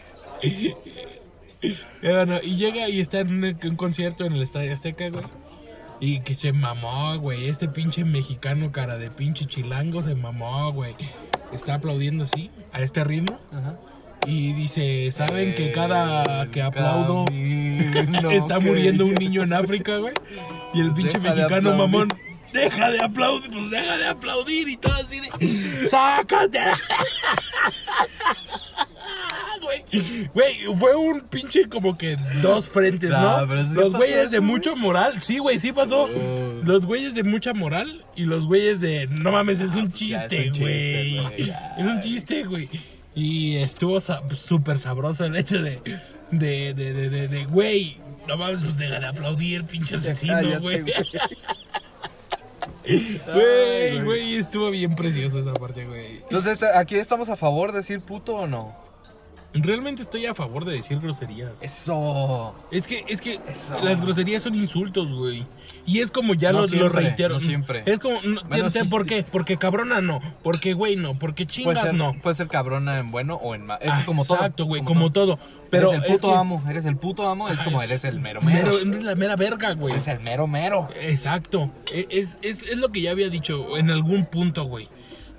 Speaker 5: Y bueno, y llega y está en un, un concierto en el Estadio Azteca, güey. Y que se mamó, güey. Este pinche mexicano, cara de pinche chilango, se mamó, güey. Está aplaudiendo así, a este ritmo. Y dice, ¿saben que
Speaker 4: Eh,
Speaker 5: cada que aplaudo
Speaker 4: Camino
Speaker 5: está
Speaker 4: que
Speaker 5: muriendo un
Speaker 4: yo-
Speaker 5: niño en África, güey? Y el pinche
Speaker 4: Deja de
Speaker 5: mexicano
Speaker 4: aplaudir.
Speaker 5: mamón, deja de aplaudir, pues deja de aplaudir y todo así de, ¡sácate! güey. Güey, fue un pinche como que dos frentes, ¿no?
Speaker 4: Nah, pero sí
Speaker 5: los
Speaker 4: pasó
Speaker 5: güeyes
Speaker 4: eso,
Speaker 5: de
Speaker 4: güey.
Speaker 5: mucha moral. Sí, güey, sí pasó. Los güeyes de mucha moral y los güeyes de. No mames, es un chiste,
Speaker 4: chiste,
Speaker 5: güey.
Speaker 4: güey,
Speaker 5: Es un chiste, güey. Y estuvo sa- súper sabroso el hecho de. De, de, de, de, de, güey. No mames, pues de de aplaudir, pinche asesino, güey. Güey, güey, estuvo bien precioso esa parte, güey.
Speaker 4: Entonces, esta- ¿aquí estamos a favor de decir puto o no?
Speaker 5: Realmente estoy a favor de decir groserías.
Speaker 4: Eso.
Speaker 5: Es que, es que las groserías son insultos, güey. Y es como ya
Speaker 4: No
Speaker 5: lo, lo
Speaker 4: siempre,
Speaker 5: reitero.
Speaker 4: no siempre.
Speaker 5: Es como, no,
Speaker 4: Bueno,
Speaker 5: te-
Speaker 4: sí,
Speaker 5: ¿por
Speaker 4: sí.
Speaker 5: qué? Porque cabrona no. Porque güey no. Porque
Speaker 4: Puede
Speaker 5: chingas
Speaker 4: ser,
Speaker 5: no.
Speaker 4: puede ser cabrona en bueno o en malo. Es
Speaker 5: Ah,
Speaker 4: como todo.
Speaker 5: Exacto, güey, como todo. Pero
Speaker 4: Pero eres el
Speaker 5: es
Speaker 4: puto
Speaker 5: que-
Speaker 4: amo. Eres el puto amo. Es
Speaker 5: Ah,
Speaker 4: como
Speaker 5: es-
Speaker 4: eres el mero mero.
Speaker 5: Mero, es la mera verga, güey.
Speaker 4: Eres el mero mero.
Speaker 5: Exacto. E- Es, es, es lo que ya había dicho en algún punto, güey.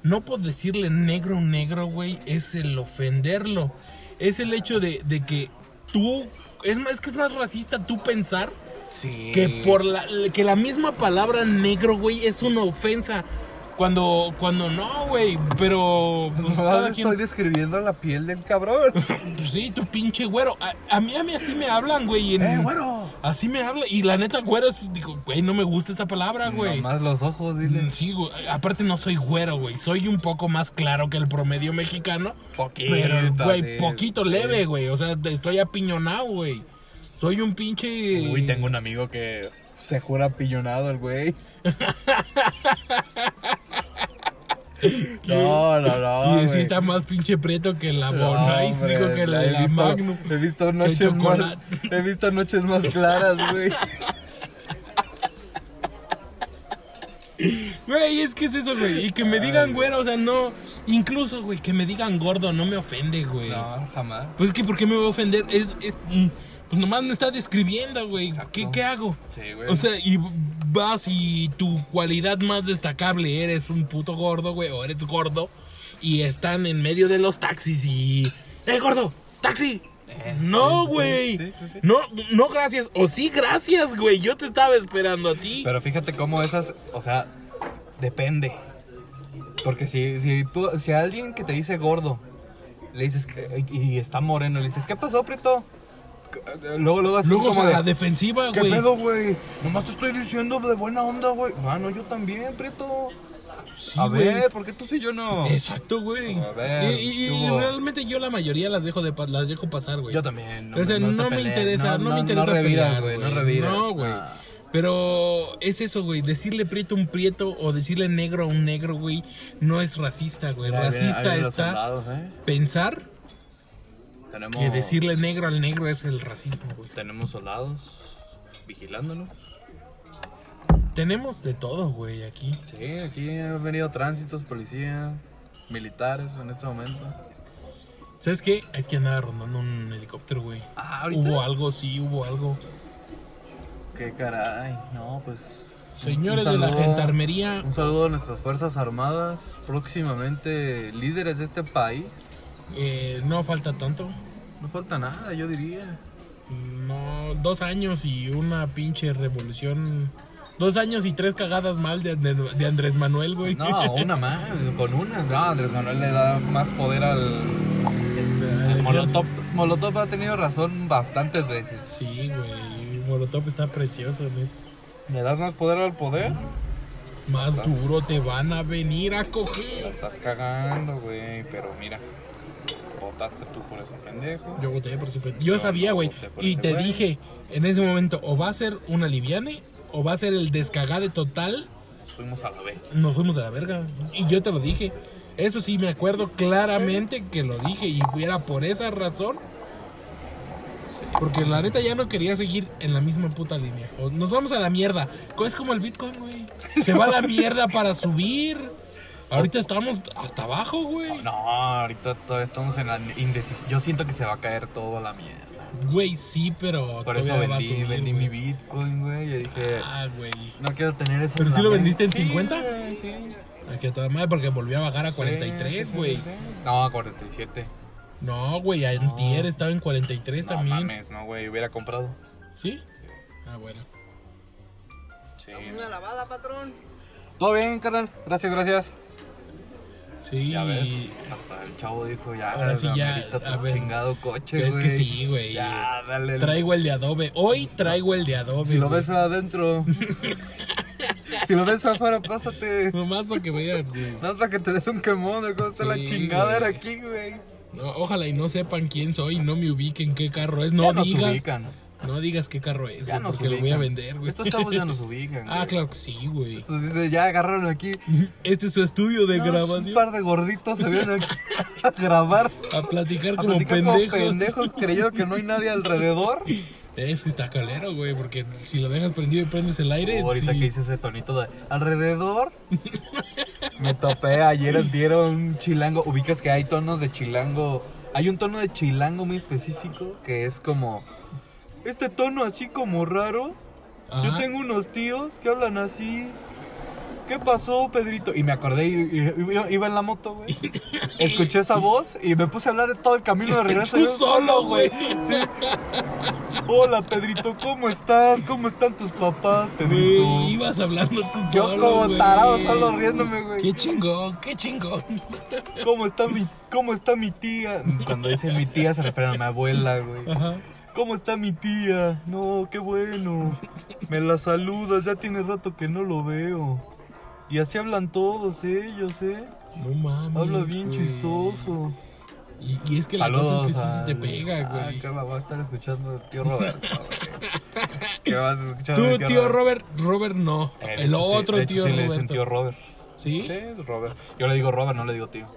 Speaker 5: No por decirle negro, negro, güey, es el ofenderlo. Es el hecho de, de que tú. Es más, es que es más racista tú pensar
Speaker 4: Sí.
Speaker 5: que por la, que la misma palabra negro, güey, es una ofensa. Cuando, cuando no, güey, pero pues, cada quien-
Speaker 4: estoy describiendo la piel del cabrón.
Speaker 5: pues, sí, tu pinche güero. A, a mí, a mí así me hablan, güey. en-
Speaker 4: ¡Eh, güero!
Speaker 5: Así me habla. Y la neta, güero, es- digo, güey, no me gusta esa palabra, güey. Mm,
Speaker 4: Nomás los ojos, dile.
Speaker 5: Sí, güey. Aparte no soy güero, güey. Soy un poco más claro que el promedio mexicano.
Speaker 4: Poquito,
Speaker 5: Pero,
Speaker 4: sí,
Speaker 5: güey, poquito
Speaker 4: sí.
Speaker 5: leve, güey. O sea, estoy apiñonado, güey. Soy un pinche...
Speaker 4: Uy, tengo un amigo que se jura pillonado el güey. No, no, no.
Speaker 5: Y sí
Speaker 4: güey.
Speaker 5: está más pinche preto que la
Speaker 4: Oh, No,
Speaker 5: Bonais,
Speaker 4: hombre,
Speaker 5: digo que la,
Speaker 4: he
Speaker 5: la
Speaker 4: visto-
Speaker 5: Magnum.
Speaker 4: He visto noches más.
Speaker 5: chocolate.
Speaker 4: He visto noches más claras, güey.
Speaker 5: Güey, es que es eso, güey. Y que me digan güero, o sea, no... Incluso, güey, que me digan gordo no me ofende, güey.
Speaker 4: No, jamás.
Speaker 5: Pues es que, ¿por qué me voy a ofender? Es... es mm, pues nomás me está describiendo, güey. ¿Qué, ¿Qué hago?
Speaker 4: Sí, güey.
Speaker 5: O sea, y vas y tu cualidad más destacable eres un puto gordo, güey, o eres gordo, y están en medio de los taxis y. ¡Eh, gordo! ¡Taxi! No, güey.
Speaker 4: Eh, sí, sí, sí.
Speaker 5: No, no, gracias. O sí, gracias, güey. Yo te estaba esperando a ti.
Speaker 4: Pero fíjate cómo esas, o sea, depende. Porque si, si tú, si a alguien que te dice gordo, le dices, que- y y está moreno, le dices, ¿qué pasó, Prieto? Luego, luego, así
Speaker 5: Luego
Speaker 4: como
Speaker 5: a la
Speaker 4: de,
Speaker 5: defensiva,
Speaker 4: ¿qué
Speaker 5: güey.
Speaker 4: pedo, güey? Nomás te estoy diciendo de buena onda, güey. Mano, yo también, Prieto.
Speaker 5: Sí,
Speaker 4: a
Speaker 5: güey.
Speaker 4: ver, ¿por qué tú sí yo no?
Speaker 5: Exacto, güey.
Speaker 4: A ver,
Speaker 5: Y, y- y
Speaker 4: tuvo-
Speaker 5: realmente yo la mayoría las dejo de pa- las dejo pasar, güey.
Speaker 4: Yo también.
Speaker 5: o sea, no,
Speaker 4: te
Speaker 5: me
Speaker 4: pelees,
Speaker 5: interesa, no, me interesa
Speaker 4: No reviras,
Speaker 5: pelear,
Speaker 4: güey, no Ah, reviras.
Speaker 5: No, güey.
Speaker 4: nah.
Speaker 5: Pero es eso, güey. Decirle prieto a un prieto o decirle negro a un negro, güey, no es racista, güey.
Speaker 4: Ahí vienen- ahí
Speaker 5: Racista
Speaker 4: vienen los
Speaker 5: está
Speaker 4: soldados, ¿eh?
Speaker 5: pensar
Speaker 4: Tenemos,
Speaker 5: que decirle negro al negro es el racismo, güey.
Speaker 4: tenemos soldados vigilándonos.
Speaker 5: Tenemos de todo, güey, aquí.
Speaker 4: Sí, aquí han venido tránsitos, policía, militares en este momento.
Speaker 5: ¿Sabes qué? Es que andaba rondando un helicóptero, güey.
Speaker 4: Ah,
Speaker 5: Hubo algo, sí, hubo algo.
Speaker 4: Qué caray, no, pues.
Speaker 5: Señores
Speaker 4: un
Speaker 5: de la
Speaker 4: saludo-
Speaker 5: gendarmería,
Speaker 4: Un saludo a nuestras Fuerzas Armadas, próximamente líderes de este país.
Speaker 5: eh, no falta tanto.
Speaker 4: No falta nada, yo diría.
Speaker 5: No, dos años y una pinche revolución. Dos años y tres cagadas mal de, de- de Andrés Manuel, güey.
Speaker 4: No, una más, con una. No, Andrés Manuel le da más poder al. al Molotov, Molotov ha tenido razón bastantes veces.
Speaker 5: Sí, güey. Molotov está precioso, güey.
Speaker 4: ¿Le das más poder al poder?
Speaker 5: Más duro te van a venir a coger.
Speaker 4: estás cagando, güey, pero mira. Votaste tú por ese pendejo.
Speaker 5: Yo voté por su pe- Yo
Speaker 4: Yo
Speaker 5: sabía,
Speaker 4: no
Speaker 5: güey.
Speaker 4: voté por
Speaker 5: Y
Speaker 4: ese
Speaker 5: te
Speaker 4: güey.
Speaker 5: dije en ese momento, o va a ser una liviane, o va a ser el descagade total.
Speaker 4: Fuimos a la B.
Speaker 5: Nos fuimos a la verga. Y yo te lo dije. Eso sí, me acuerdo claramente que lo dije. Y era por esa razón. Porque la neta ya no quería seguir en la misma puta línea. O nos vamos a la mierda. Co- Es como el Bitcoin, güey. Se va a la mierda para subir. Ahorita estamos hasta abajo, güey.
Speaker 4: No, ahorita todavía estamos en la indecisión. Yo siento que se va a caer todo a la mierda.
Speaker 5: Güey, sí, pero
Speaker 4: Por
Speaker 5: todavía
Speaker 4: eso
Speaker 5: va a
Speaker 4: vendí,
Speaker 5: subir,
Speaker 4: vendí mi
Speaker 5: güey.
Speaker 4: Bitcoin, güey. Yo dije,
Speaker 5: Ah, güey.
Speaker 4: no quiero tener eso.
Speaker 5: ¿Pero sí
Speaker 4: si
Speaker 5: lo vendiste en
Speaker 4: sí,
Speaker 5: 50?
Speaker 4: güey, sí.
Speaker 5: Aquí a toda madre porque volvió a bajar a
Speaker 4: Sí,
Speaker 5: 43,
Speaker 4: sí,
Speaker 5: güey.
Speaker 4: sí, sí. No, 47.
Speaker 5: No, güey, antier estaba en 43
Speaker 4: No
Speaker 5: también.
Speaker 4: mames, no, güey. Hubiera comprado.
Speaker 5: ¿Sí? Ah, bueno.
Speaker 4: Sí. Todo bien, carnal. Gracias, gracias.
Speaker 5: Sí, Sí.
Speaker 4: Ya ves, hasta el chavo dijo, ya,
Speaker 5: Ahora sí, ya,
Speaker 4: amerita tu
Speaker 5: a ver.
Speaker 4: chingado coche, güey.
Speaker 5: Es que sí, güey.
Speaker 4: Ya, dale. el-
Speaker 5: Traigo el de adobe. Hoy traigo el de adobe.
Speaker 4: Si lo
Speaker 5: güey.
Speaker 4: ves adentro. si lo ves afuera, pásate.
Speaker 5: Nomás para que veas, güey.
Speaker 4: Nada más para que te des un quemón de cómo está
Speaker 5: Sí,
Speaker 4: la chingadera
Speaker 5: güey.
Speaker 4: aquí, güey.
Speaker 5: No, ojalá y no sepan quién soy, no me ubiquen qué carro es.
Speaker 4: Ya
Speaker 5: No
Speaker 4: nos
Speaker 5: digas.
Speaker 4: ubican.
Speaker 5: No digas qué carro es,
Speaker 4: Ya
Speaker 5: güey,
Speaker 4: nos
Speaker 5: porque lo voy a
Speaker 4: ubican.
Speaker 5: vender, güey.
Speaker 4: Estos chavos ya nos ubican.
Speaker 5: Ah,
Speaker 4: güey.
Speaker 5: claro que sí, güey.
Speaker 4: Entonces dice, ya agarraron aquí.
Speaker 5: Este es su estudio de
Speaker 4: No, pues, Un
Speaker 5: grabación.
Speaker 4: par de gorditos se vienen aquí a grabar.
Speaker 5: A platicar
Speaker 4: A
Speaker 5: como
Speaker 4: platicar
Speaker 5: pendejos.
Speaker 4: como pendejos creyendo que no hay nadie alrededor.
Speaker 5: Es que está calero, güey, porque si lo dejas prendido y prendes el aire,
Speaker 4: Oh, ahorita
Speaker 5: sí.
Speaker 4: que hice ese tonito de alrededor. Me topé ayer antier a un chilango. Ubicas que hay tonos de chilango. Hay un tono de chilango muy específico que es como. Este tono así como raro. Yo
Speaker 5: Ajá.
Speaker 4: tengo unos tíos que hablan así. ¿Qué pasó, Pedrito? Y me acordé, y, y- y- iba en la moto, güey. Escuché esa voz y me puse a hablar todo el camino de regreso.
Speaker 5: Tú
Speaker 4: Yo
Speaker 5: solo, güey.
Speaker 4: Sí. Hola, Pedrito, ¿cómo estás? ¿Cómo están tus papás, Pedrito?
Speaker 5: Güey, ibas hablando tú
Speaker 4: Yo
Speaker 5: solo,
Speaker 4: como
Speaker 5: güey.
Speaker 4: tarado solo riéndome, güey.
Speaker 5: Qué chingón, qué chingón.
Speaker 4: ¿Cómo está mi, cómo está mi tía? Cuando dice mi tía se refiere a mi abuela, güey.
Speaker 5: Ajá.
Speaker 4: ¿Cómo está mi tía? No, qué bueno. Me la saludas, ya tiene rato que no lo veo. Y así hablan todos ellos, ¿eh?
Speaker 5: No mames.
Speaker 4: Habla bien
Speaker 5: güey.
Speaker 4: chistoso.
Speaker 5: Y, y es que la cosa es que sí se te pega, güey.
Speaker 4: Ah, ¿Qué va a estar escuchando el tío Roberto? güey. ¿Qué vas a escuchar del
Speaker 5: Tú, tío Robert, Robert no.
Speaker 4: Eh, de
Speaker 5: el
Speaker 4: hecho, sí,
Speaker 5: otro
Speaker 4: de hecho,
Speaker 5: tío
Speaker 4: sí le dicen
Speaker 5: Roberto.
Speaker 4: tío Robert.
Speaker 5: ¿Sí?
Speaker 4: Sí, es Robert. Yo le digo Robert, no le digo tío.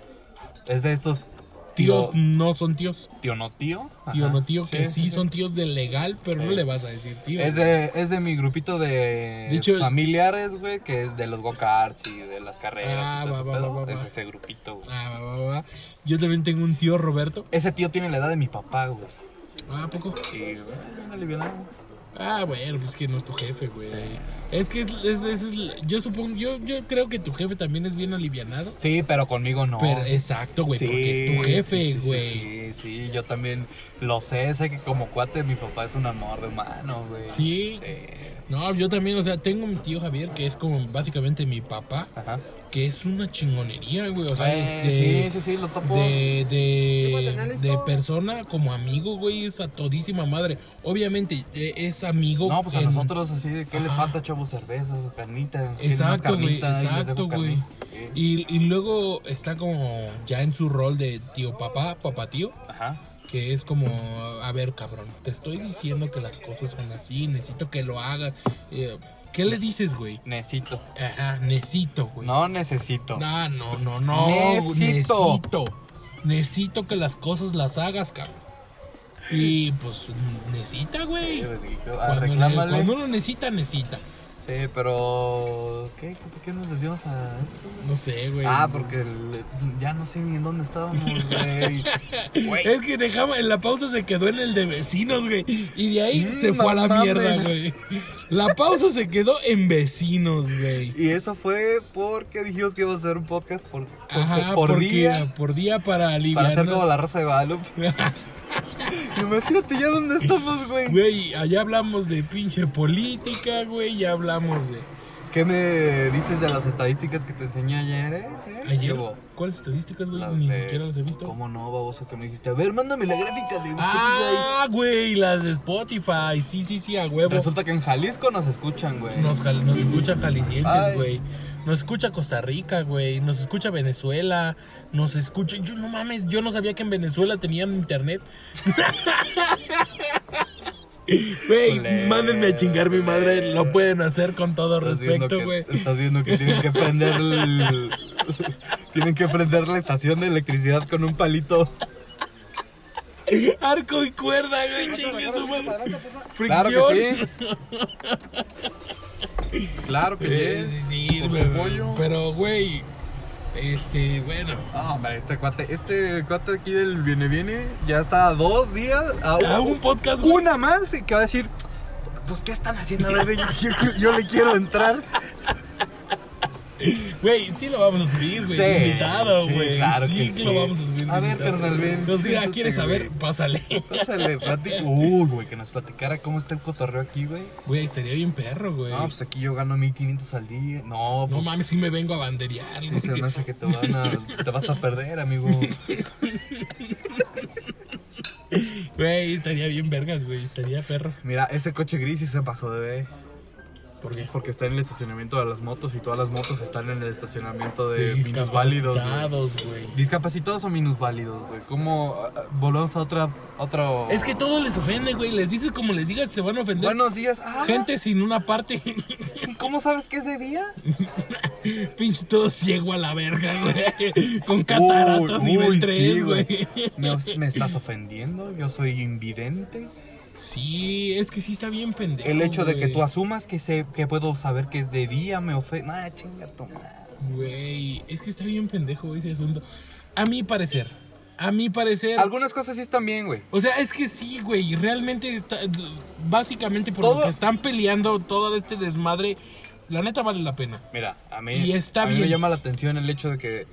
Speaker 4: Es de estos
Speaker 5: Tíos
Speaker 4: tío,
Speaker 5: no son tíos.
Speaker 4: tío no tío.
Speaker 5: Tío
Speaker 4: Ajá.
Speaker 5: no tío, que sí, son tíos de legal, pero no
Speaker 4: Sí.
Speaker 5: le vas a decir tío.
Speaker 4: Es de, es de mi grupito de
Speaker 5: De hecho-
Speaker 4: familiares, güey, que es de los go-karts y de las carreras.
Speaker 5: Ah,
Speaker 4: y todo
Speaker 5: va,
Speaker 4: ese
Speaker 5: va,
Speaker 4: pedo.
Speaker 5: va, va,
Speaker 4: es
Speaker 5: va.
Speaker 4: ese grupito, güey.
Speaker 5: Ah, va, va, va. Yo también tengo un tío Roberto.
Speaker 4: Ese tío tiene la edad de mi papá, güey.
Speaker 5: Ah, ¿a poco.
Speaker 4: Y, güey, una alivianada.
Speaker 5: Ah, bueno, pues que no es tu jefe, güey. Es que es, es- es- es- yo supongo, yo, yo creo que tu jefe también es bien alivianado.
Speaker 4: Sí, pero conmigo no.
Speaker 5: Pero exacto, güey,
Speaker 4: Sí,
Speaker 5: porque es tu
Speaker 4: sí,
Speaker 5: jefe,
Speaker 4: sí, sí,
Speaker 5: güey.
Speaker 4: Sí, sí, yo también lo sé. Sé que como cuate mi papá es un amor de humano, güey.
Speaker 5: Sí. No, yo también, o sea, tengo mi tío Javier, que es como básicamente mi papá,
Speaker 4: Ajá.
Speaker 5: que es una chingonería, güey. O sea,
Speaker 4: Eh,
Speaker 5: Pues,
Speaker 4: sí,
Speaker 5: de-
Speaker 4: sí, sí, lo topo.
Speaker 5: de, de, de persona como amigo, güey, es a todísima madre. Obviamente eh, es amigo.
Speaker 4: No, pues a
Speaker 5: en-
Speaker 4: nosotros así, de ¿qué les
Speaker 5: Ajá.
Speaker 4: falta, chavos? Cervezas o carnitas.
Speaker 5: Exacto, güey, exacto, güey.
Speaker 4: Sí.
Speaker 5: Y, y luego está como ya en su rol de tío papá, papá tío,
Speaker 4: Ajá.
Speaker 5: que es como, a ver, cabrón, te estoy diciendo que las cosas son así, necesito que lo hagas. Eh, ¿Qué le dices, güey?
Speaker 4: Necesito.
Speaker 5: Ajá, necesito, güey.
Speaker 4: No necesito.
Speaker 5: No, no, no, no.
Speaker 4: Necesito.
Speaker 5: Necesito. Necesito que las cosas las hagas, cabrón. Y pues necesita, güey.
Speaker 4: Sí, güey, yo- ah,
Speaker 5: Cuando,
Speaker 4: reclámale.
Speaker 5: cuando uno necesita, necesita.
Speaker 4: Sí, pero. ¿Qué? ¿Por qué nos desviamos a esto?
Speaker 5: No sé, güey.
Speaker 4: Ah, porque el- ya no sé ni en dónde estábamos, güey.
Speaker 5: Es que dejaba, en la pausa se quedó en el de vecinos, güey. Y de ahí
Speaker 4: Mm,
Speaker 5: se
Speaker 4: no
Speaker 5: fue a la
Speaker 4: mames.
Speaker 5: mierda, güey. La pausa se quedó en vecinos, güey.
Speaker 4: Y eso fue porque dijimos que íbamos a hacer un podcast por, por,
Speaker 5: Ajá,
Speaker 4: por
Speaker 5: Ah, porque-
Speaker 4: día.
Speaker 5: Por día para aliviar.
Speaker 4: Para hacer como la raza de Guadalupe. Imagínate ya dónde estamos, güey.
Speaker 5: Güey, allá hablamos de pinche política, güey. Ya hablamos de.
Speaker 4: ¿Qué me dices de las estadísticas que te enseñé ayer, eh? ¿Eh?
Speaker 5: Ayer,
Speaker 4: Digo,
Speaker 5: ¿cuáles estadísticas, güey?
Speaker 4: las
Speaker 5: Ni
Speaker 4: de-
Speaker 5: siquiera las he visto.
Speaker 4: ¿Cómo no, baboso, que me dijiste? A ver, mándame la gráfica de Spotify.
Speaker 5: Ah, güey, las de Spotify. Sí, sí, sí, a huevo.
Speaker 4: Resulta que en Jalisco nos escuchan, güey.
Speaker 5: Nos, cal- nos escucha
Speaker 4: Ay.
Speaker 5: jaliscienses, güey. Nos escucha Costa Rica, güey. Nos escucha Venezuela. Nos escucha. Yo no mames, yo no sabía que en Venezuela tenían internet. Güey,
Speaker 4: Culero,
Speaker 5: mándenme a chingar mi madre. Lo pueden hacer con todo
Speaker 4: Estás viendo
Speaker 5: respeto,
Speaker 4: que-
Speaker 5: güey.
Speaker 4: Estás viendo que tienen que prender el- Tienen que prender la estación de electricidad con un palito.
Speaker 5: Arco y cuerda, güey, chingue su madre. Fricción.
Speaker 4: Claro que sí. Claro que
Speaker 5: Sí,
Speaker 4: sí.
Speaker 5: Eh, sí,
Speaker 4: por
Speaker 5: güey,
Speaker 4: su pollo.
Speaker 5: Pero, güey, este, bueno.
Speaker 4: Ah, hombre, este cuate, este cuate aquí del viene viene ya está a dos días, a
Speaker 5: A
Speaker 4: un-
Speaker 5: un podcast, güey.
Speaker 4: una más y que va a decir, pues qué están haciendo, A ver, yo, yo- yo le quiero entrar.
Speaker 5: Güey, sí lo vamos a subir, güey.
Speaker 4: Sí,
Speaker 5: invitado,
Speaker 4: sí,
Speaker 5: güey. Sí,
Speaker 4: claro que
Speaker 5: que
Speaker 4: sí.
Speaker 5: lo vamos a subir.
Speaker 4: A ver,
Speaker 5: invitado.
Speaker 4: carnal, ven,
Speaker 5: Pero si ah,
Speaker 4: siéntate,
Speaker 5: quieres saber,
Speaker 4: güey.
Speaker 5: pásale.
Speaker 4: Pásale, platico. Uy, güey, que nos platicara cómo está el cotorreo aquí, güey.
Speaker 5: Güey, estaría bien perro, güey.
Speaker 4: No,
Speaker 5: No,
Speaker 4: pues aquí yo gano 1500 al día. No, pues.
Speaker 5: mames, sí me vengo a banderear.
Speaker 4: Sí,
Speaker 5: güey.
Speaker 4: se me hace que te, van a, te vas a perder, amigo.
Speaker 5: Güey, estaría bien vergas, güey. Estaría perro.
Speaker 4: Mira, ese coche gris sí se pasó de ver.
Speaker 5: ¿Por qué?
Speaker 4: Porque está en el estacionamiento de las motos y todas las motos están en el estacionamiento de minusválidos. güey.
Speaker 5: Discapacitados, güey.
Speaker 4: Discapacitados o minusválidos, güey. ¿Cómo ah, ah, volvemos a otra, otro.
Speaker 5: Es que todo les ofende, güey. Les dices como les digas, se van a ofender.
Speaker 4: Buenos días. Ah,
Speaker 5: Gente sin una parte,
Speaker 4: ¿Y cómo sabes que es de día?
Speaker 5: pinche todo ciego a la verga, güey. Con cataratas
Speaker 4: Uy,
Speaker 5: nivel
Speaker 4: uy,
Speaker 5: 3,
Speaker 4: sí,
Speaker 5: güey.
Speaker 4: Me, me estás ofendiendo, yo soy invidente.
Speaker 5: Sí, es que sí está bien pendejo.
Speaker 4: El hecho de que
Speaker 5: güey.
Speaker 4: tú asumas que sé que puedo saber que es de día me ofende. Ah, chinga tu madre.
Speaker 5: Güey, es que está bien pendejo ese asunto. A mi parecer, a mi parecer.
Speaker 4: Algunas cosas sí están bien, güey.
Speaker 5: O sea, es que sí, güey. Realmente, está- básicamente por lo
Speaker 4: Todo-
Speaker 5: que están peleando todo este desmadre, la neta vale la pena.
Speaker 4: Mira, a mí,
Speaker 5: Y está
Speaker 4: a mí me
Speaker 5: bien.
Speaker 4: llama la atención el hecho de que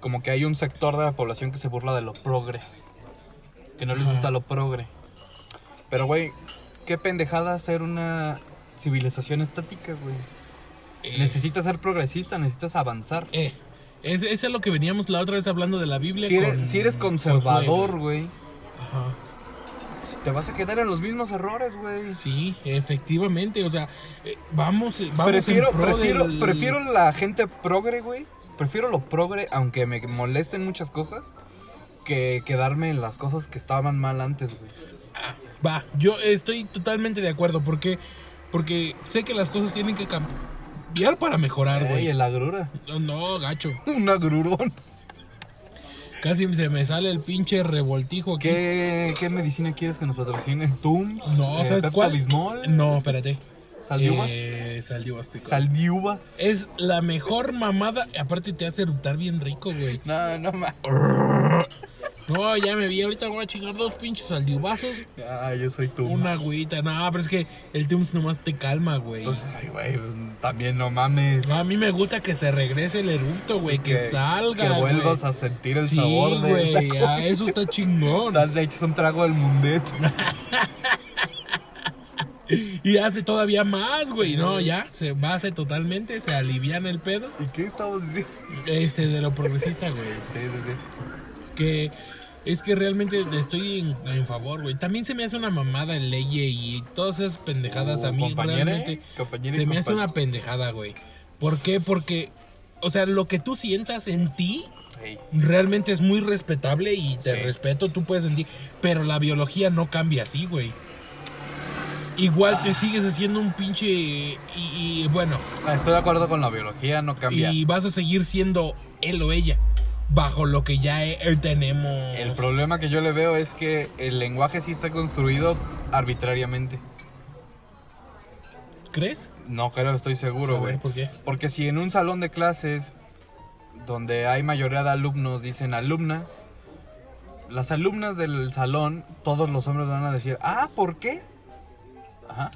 Speaker 4: como que hay un sector de la población que se burla de lo progre. Que no les gusta lo progre. Pero, güey, qué pendejada hacer una civilización estática, güey.
Speaker 5: Eh,
Speaker 4: Necesitas ser progresista, necesitas avanzar.
Speaker 5: eh, es, es a lo que veníamos la otra vez hablando de la Biblia.
Speaker 4: Si eres,
Speaker 5: con-
Speaker 4: si eres
Speaker 5: con
Speaker 4: conservador,
Speaker 5: Josué,
Speaker 4: güey,
Speaker 5: Ajá.
Speaker 4: te vas a quedar en los mismos errores, güey.
Speaker 5: Sí, efectivamente. O sea, eh, vamos, eh, vamos. en
Speaker 4: Prefiero,
Speaker 5: pro
Speaker 4: prefiero,
Speaker 5: del-
Speaker 4: prefiero la gente progre, güey. Prefiero lo progre, aunque me molesten muchas cosas, que quedarme en las cosas que estaban mal antes, güey.
Speaker 5: Va, yo estoy totalmente de acuerdo. Porque, porque sé que las cosas tienen que cambiar para mejorar,
Speaker 4: Oye,
Speaker 5: güey.
Speaker 4: la grura.
Speaker 5: No, no, gacho.
Speaker 4: Un agrurón.
Speaker 5: Casi se me sale el pinche revoltijo aquí.
Speaker 4: ¿Qué, qué medicina quieres que nos patrocine? ¿Tums?
Speaker 5: No,
Speaker 4: Eh,
Speaker 5: ¿sabes cuál?
Speaker 4: ¿Pepto-Bismol?
Speaker 5: No, espérate.
Speaker 4: ¿Saldiuvas?
Speaker 5: Eh, saldiuvas piconas.
Speaker 4: ¿Saldiuva?
Speaker 5: Es la mejor mamada. Aparte te hace eructar bien rico, güey.
Speaker 4: No, no ma-
Speaker 5: No, ya me vi. Ahorita voy a chingar dos pinches saldiubazos.
Speaker 4: Ah, yo soy Tums.
Speaker 5: Una agüita. No, pero es que el Tums nomás te calma, güey.
Speaker 4: Pues, ay, güey, también no mames.
Speaker 5: No, a mí me gusta que se regrese el eructo, güey. Que, salga,
Speaker 4: Que vuelvas
Speaker 5: güey.
Speaker 4: a sentir el
Speaker 5: Sí,
Speaker 4: sabor de
Speaker 5: güey. ah, eso está chingón.
Speaker 4: Tal le echas un trago al mundete.
Speaker 5: Y hace todavía más, güey. No, ya. Se va hace totalmente. Se aliviana el pedo.
Speaker 4: ¿Y qué estamos diciendo?
Speaker 5: Este, de lo progresista, güey.
Speaker 4: Sí, sí, sí.
Speaker 5: Que es que realmente le estoy en, en favor, güey. También se me hace una mamada el ley y todas esas pendejadas
Speaker 4: Uh,
Speaker 5: a mí
Speaker 4: compañera,
Speaker 5: realmente
Speaker 4: ¿eh? Compañera y
Speaker 5: se me hace
Speaker 4: compa-
Speaker 5: una pendejada, güey. ¿Por qué? Porque, o sea, lo que tú sientas en ti
Speaker 4: Ey.
Speaker 5: realmente es muy respetable y te
Speaker 4: Sí.
Speaker 5: respeto, tú puedes sentir, pero la biología no cambia así, güey. Igual te sigues haciendo un pinche y, y, bueno,
Speaker 4: Ah, Estoy de acuerdo con la biología, no cambia.
Speaker 5: y vas a seguir siendo él o ella bajo lo que ya eh, tenemos.
Speaker 4: El problema que yo le veo es que el lenguaje sí está construido arbitrariamente.
Speaker 5: ¿Crees?
Speaker 4: No creo, estoy seguro,
Speaker 5: A ver,
Speaker 4: güey.
Speaker 5: ¿Por qué?
Speaker 4: Porque si en un salón de clases donde hay mayoría de alumnos dicen alumnas, las alumnas del salón, todos los hombres van a decir, ah, ¿por qué? Ajá.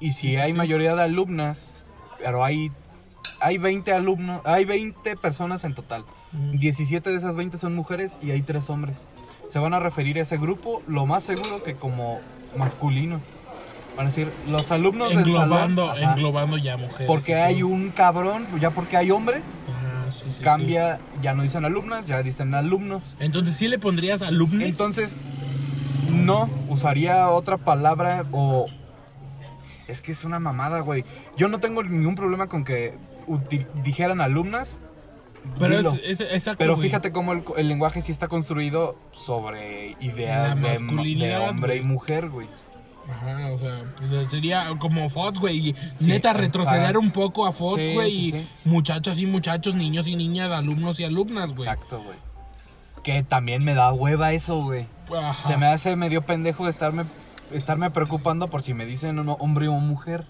Speaker 4: Y si hay mayoría de alumnas, pero hay, hay 20 alumnos, hay 20 personas en total. 17 de esas 20 son mujeres y hay 3 hombres. Se van a referir a ese grupo lo más seguro que como masculino. Van a decir, los alumnos
Speaker 5: Englobando,
Speaker 4: del salón... Ajá.
Speaker 5: englobando ya mujeres.
Speaker 4: Porque
Speaker 5: y
Speaker 4: hay
Speaker 5: todo.
Speaker 4: un cabrón, ya porque hay hombres,
Speaker 5: Ah, sí, sí,
Speaker 4: cambia, ya no dicen alumnas, ya dicen alumnos.
Speaker 5: sí. Entonces, ¿sí le pondrías alumnos?
Speaker 4: Entonces, no, usaría otra palabra o... Es que es una mamada, güey. Yo no tengo ningún problema con que uti- dijeran alumnas.
Speaker 5: pero es,
Speaker 4: dilo.
Speaker 5: es- exacto,
Speaker 4: Pero
Speaker 5: güey.
Speaker 4: fíjate cómo el, el lenguaje sí está construido sobre ideas
Speaker 5: La
Speaker 4: de, ma- de
Speaker 5: masculinidad,
Speaker 4: hombre y
Speaker 5: güey.
Speaker 4: mujer, güey.
Speaker 5: Ajá, o sea, o sea, sería como Fox, güey. y
Speaker 4: Sí,
Speaker 5: Neta, retroceder
Speaker 4: exacto.
Speaker 5: un poco a Fox,
Speaker 4: Sí,
Speaker 5: güey.
Speaker 4: sí,
Speaker 5: y
Speaker 4: sí.
Speaker 5: Muchachos y muchachos, niños y niñas, alumnos y alumnas, güey.
Speaker 4: Exacto, güey. Que también me da hueva eso, güey.
Speaker 5: Ajá.
Speaker 4: Se me hace medio pendejo estarme, estarme preocupando por si me dicen uno hombre o mujer.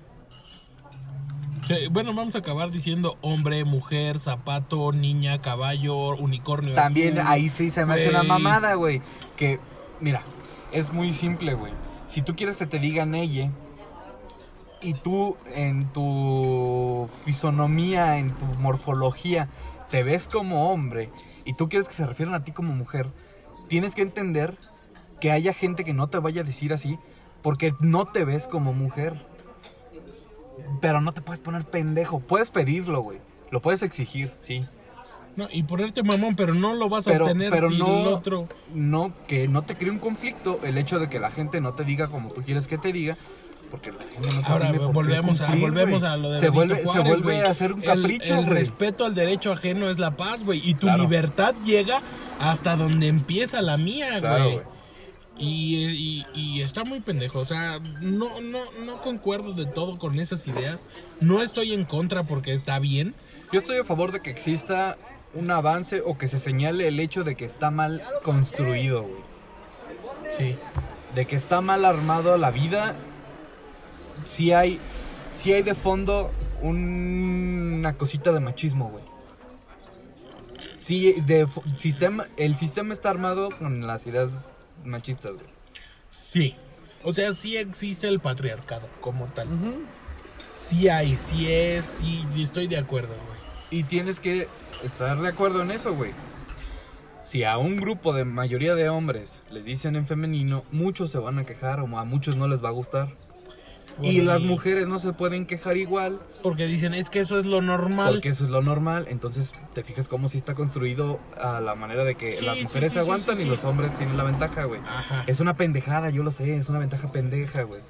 Speaker 5: Sí, Eh, Bueno, vamos a acabar diciendo hombre, mujer, zapato, niña, caballo, unicornio.
Speaker 4: También
Speaker 5: azul.
Speaker 4: ahí sí se me hace una
Speaker 5: güey.
Speaker 4: mamada, güey. Que, mira, es muy simple, güey. Si tú quieres que te digan ella, y tú en tu fisonomía, en tu morfología, te ves como hombre y tú quieres que se refieran a ti como mujer, tienes que entender que haya gente que no te vaya a decir así porque no te ves como mujer. Pero no te puedes poner pendejo. Puedes pedirlo, güey. Lo puedes exigir, sí.
Speaker 5: No, y ponerte mamón, pero no lo vas a
Speaker 4: Pero-
Speaker 5: obtener
Speaker 4: pero
Speaker 5: si
Speaker 4: no-
Speaker 5: el otro.
Speaker 4: no que no te cree un conflicto el hecho de que la gente no te diga como tú quieres que te diga porque la gente no te
Speaker 5: Ahora
Speaker 4: tiene por qué
Speaker 5: volvemos, a,
Speaker 4: cumplir,
Speaker 5: volvemos
Speaker 4: güey.
Speaker 5: a lo de
Speaker 4: se
Speaker 5: Benito
Speaker 4: vuelve
Speaker 5: Juárez,
Speaker 4: se vuelve
Speaker 5: güey.
Speaker 4: a hacer un
Speaker 5: El-
Speaker 4: capricho
Speaker 5: El,
Speaker 4: güey.
Speaker 5: respeto al derecho ajeno es la paz, güey. Y tu
Speaker 4: Claro.
Speaker 5: libertad llega hasta donde empieza la mía,
Speaker 4: Claro,
Speaker 5: güey.
Speaker 4: güey.
Speaker 5: Y, y- y está muy pendejo. O sea, no, no, no concuerdo de todo con esas ideas. No estoy en contra porque está bien.
Speaker 4: yo estoy a favor de que exista un avance o que se señale el hecho de que está mal construido güey.
Speaker 5: Sí.
Speaker 4: de que está mal armado la vida sí hay sí hay de fondo un- una cosita de machismo güey sí de fo- sistema el sistema está armado con las ideas machistas güey
Speaker 5: Sí. O sea, sí existe el patriarcado como tal. Sí hay, sí es, sí, sí estoy de acuerdo, güey.
Speaker 4: Y tienes que estar de acuerdo en eso, güey. Si a un grupo de mayoría de hombres les dicen en femenino, muchos se van a quejar o a muchos no les va a gustar. Y
Speaker 5: Por-
Speaker 4: las mujeres no se pueden quejar igual
Speaker 5: Porque dicen, es que eso es lo normal.
Speaker 4: porque eso es lo normal. Entonces te fijas cómo sí está construido a la manera de que
Speaker 5: Sí,
Speaker 4: las
Speaker 5: sí,
Speaker 4: mujeres
Speaker 5: sí,
Speaker 4: se
Speaker 5: sí,
Speaker 4: aguantan
Speaker 5: sí,
Speaker 4: y
Speaker 5: sí.
Speaker 4: los hombres tienen la ventaja, güey.
Speaker 5: Ajá.
Speaker 4: Es una pendejada, yo lo sé, es una ventaja pendeja, güey.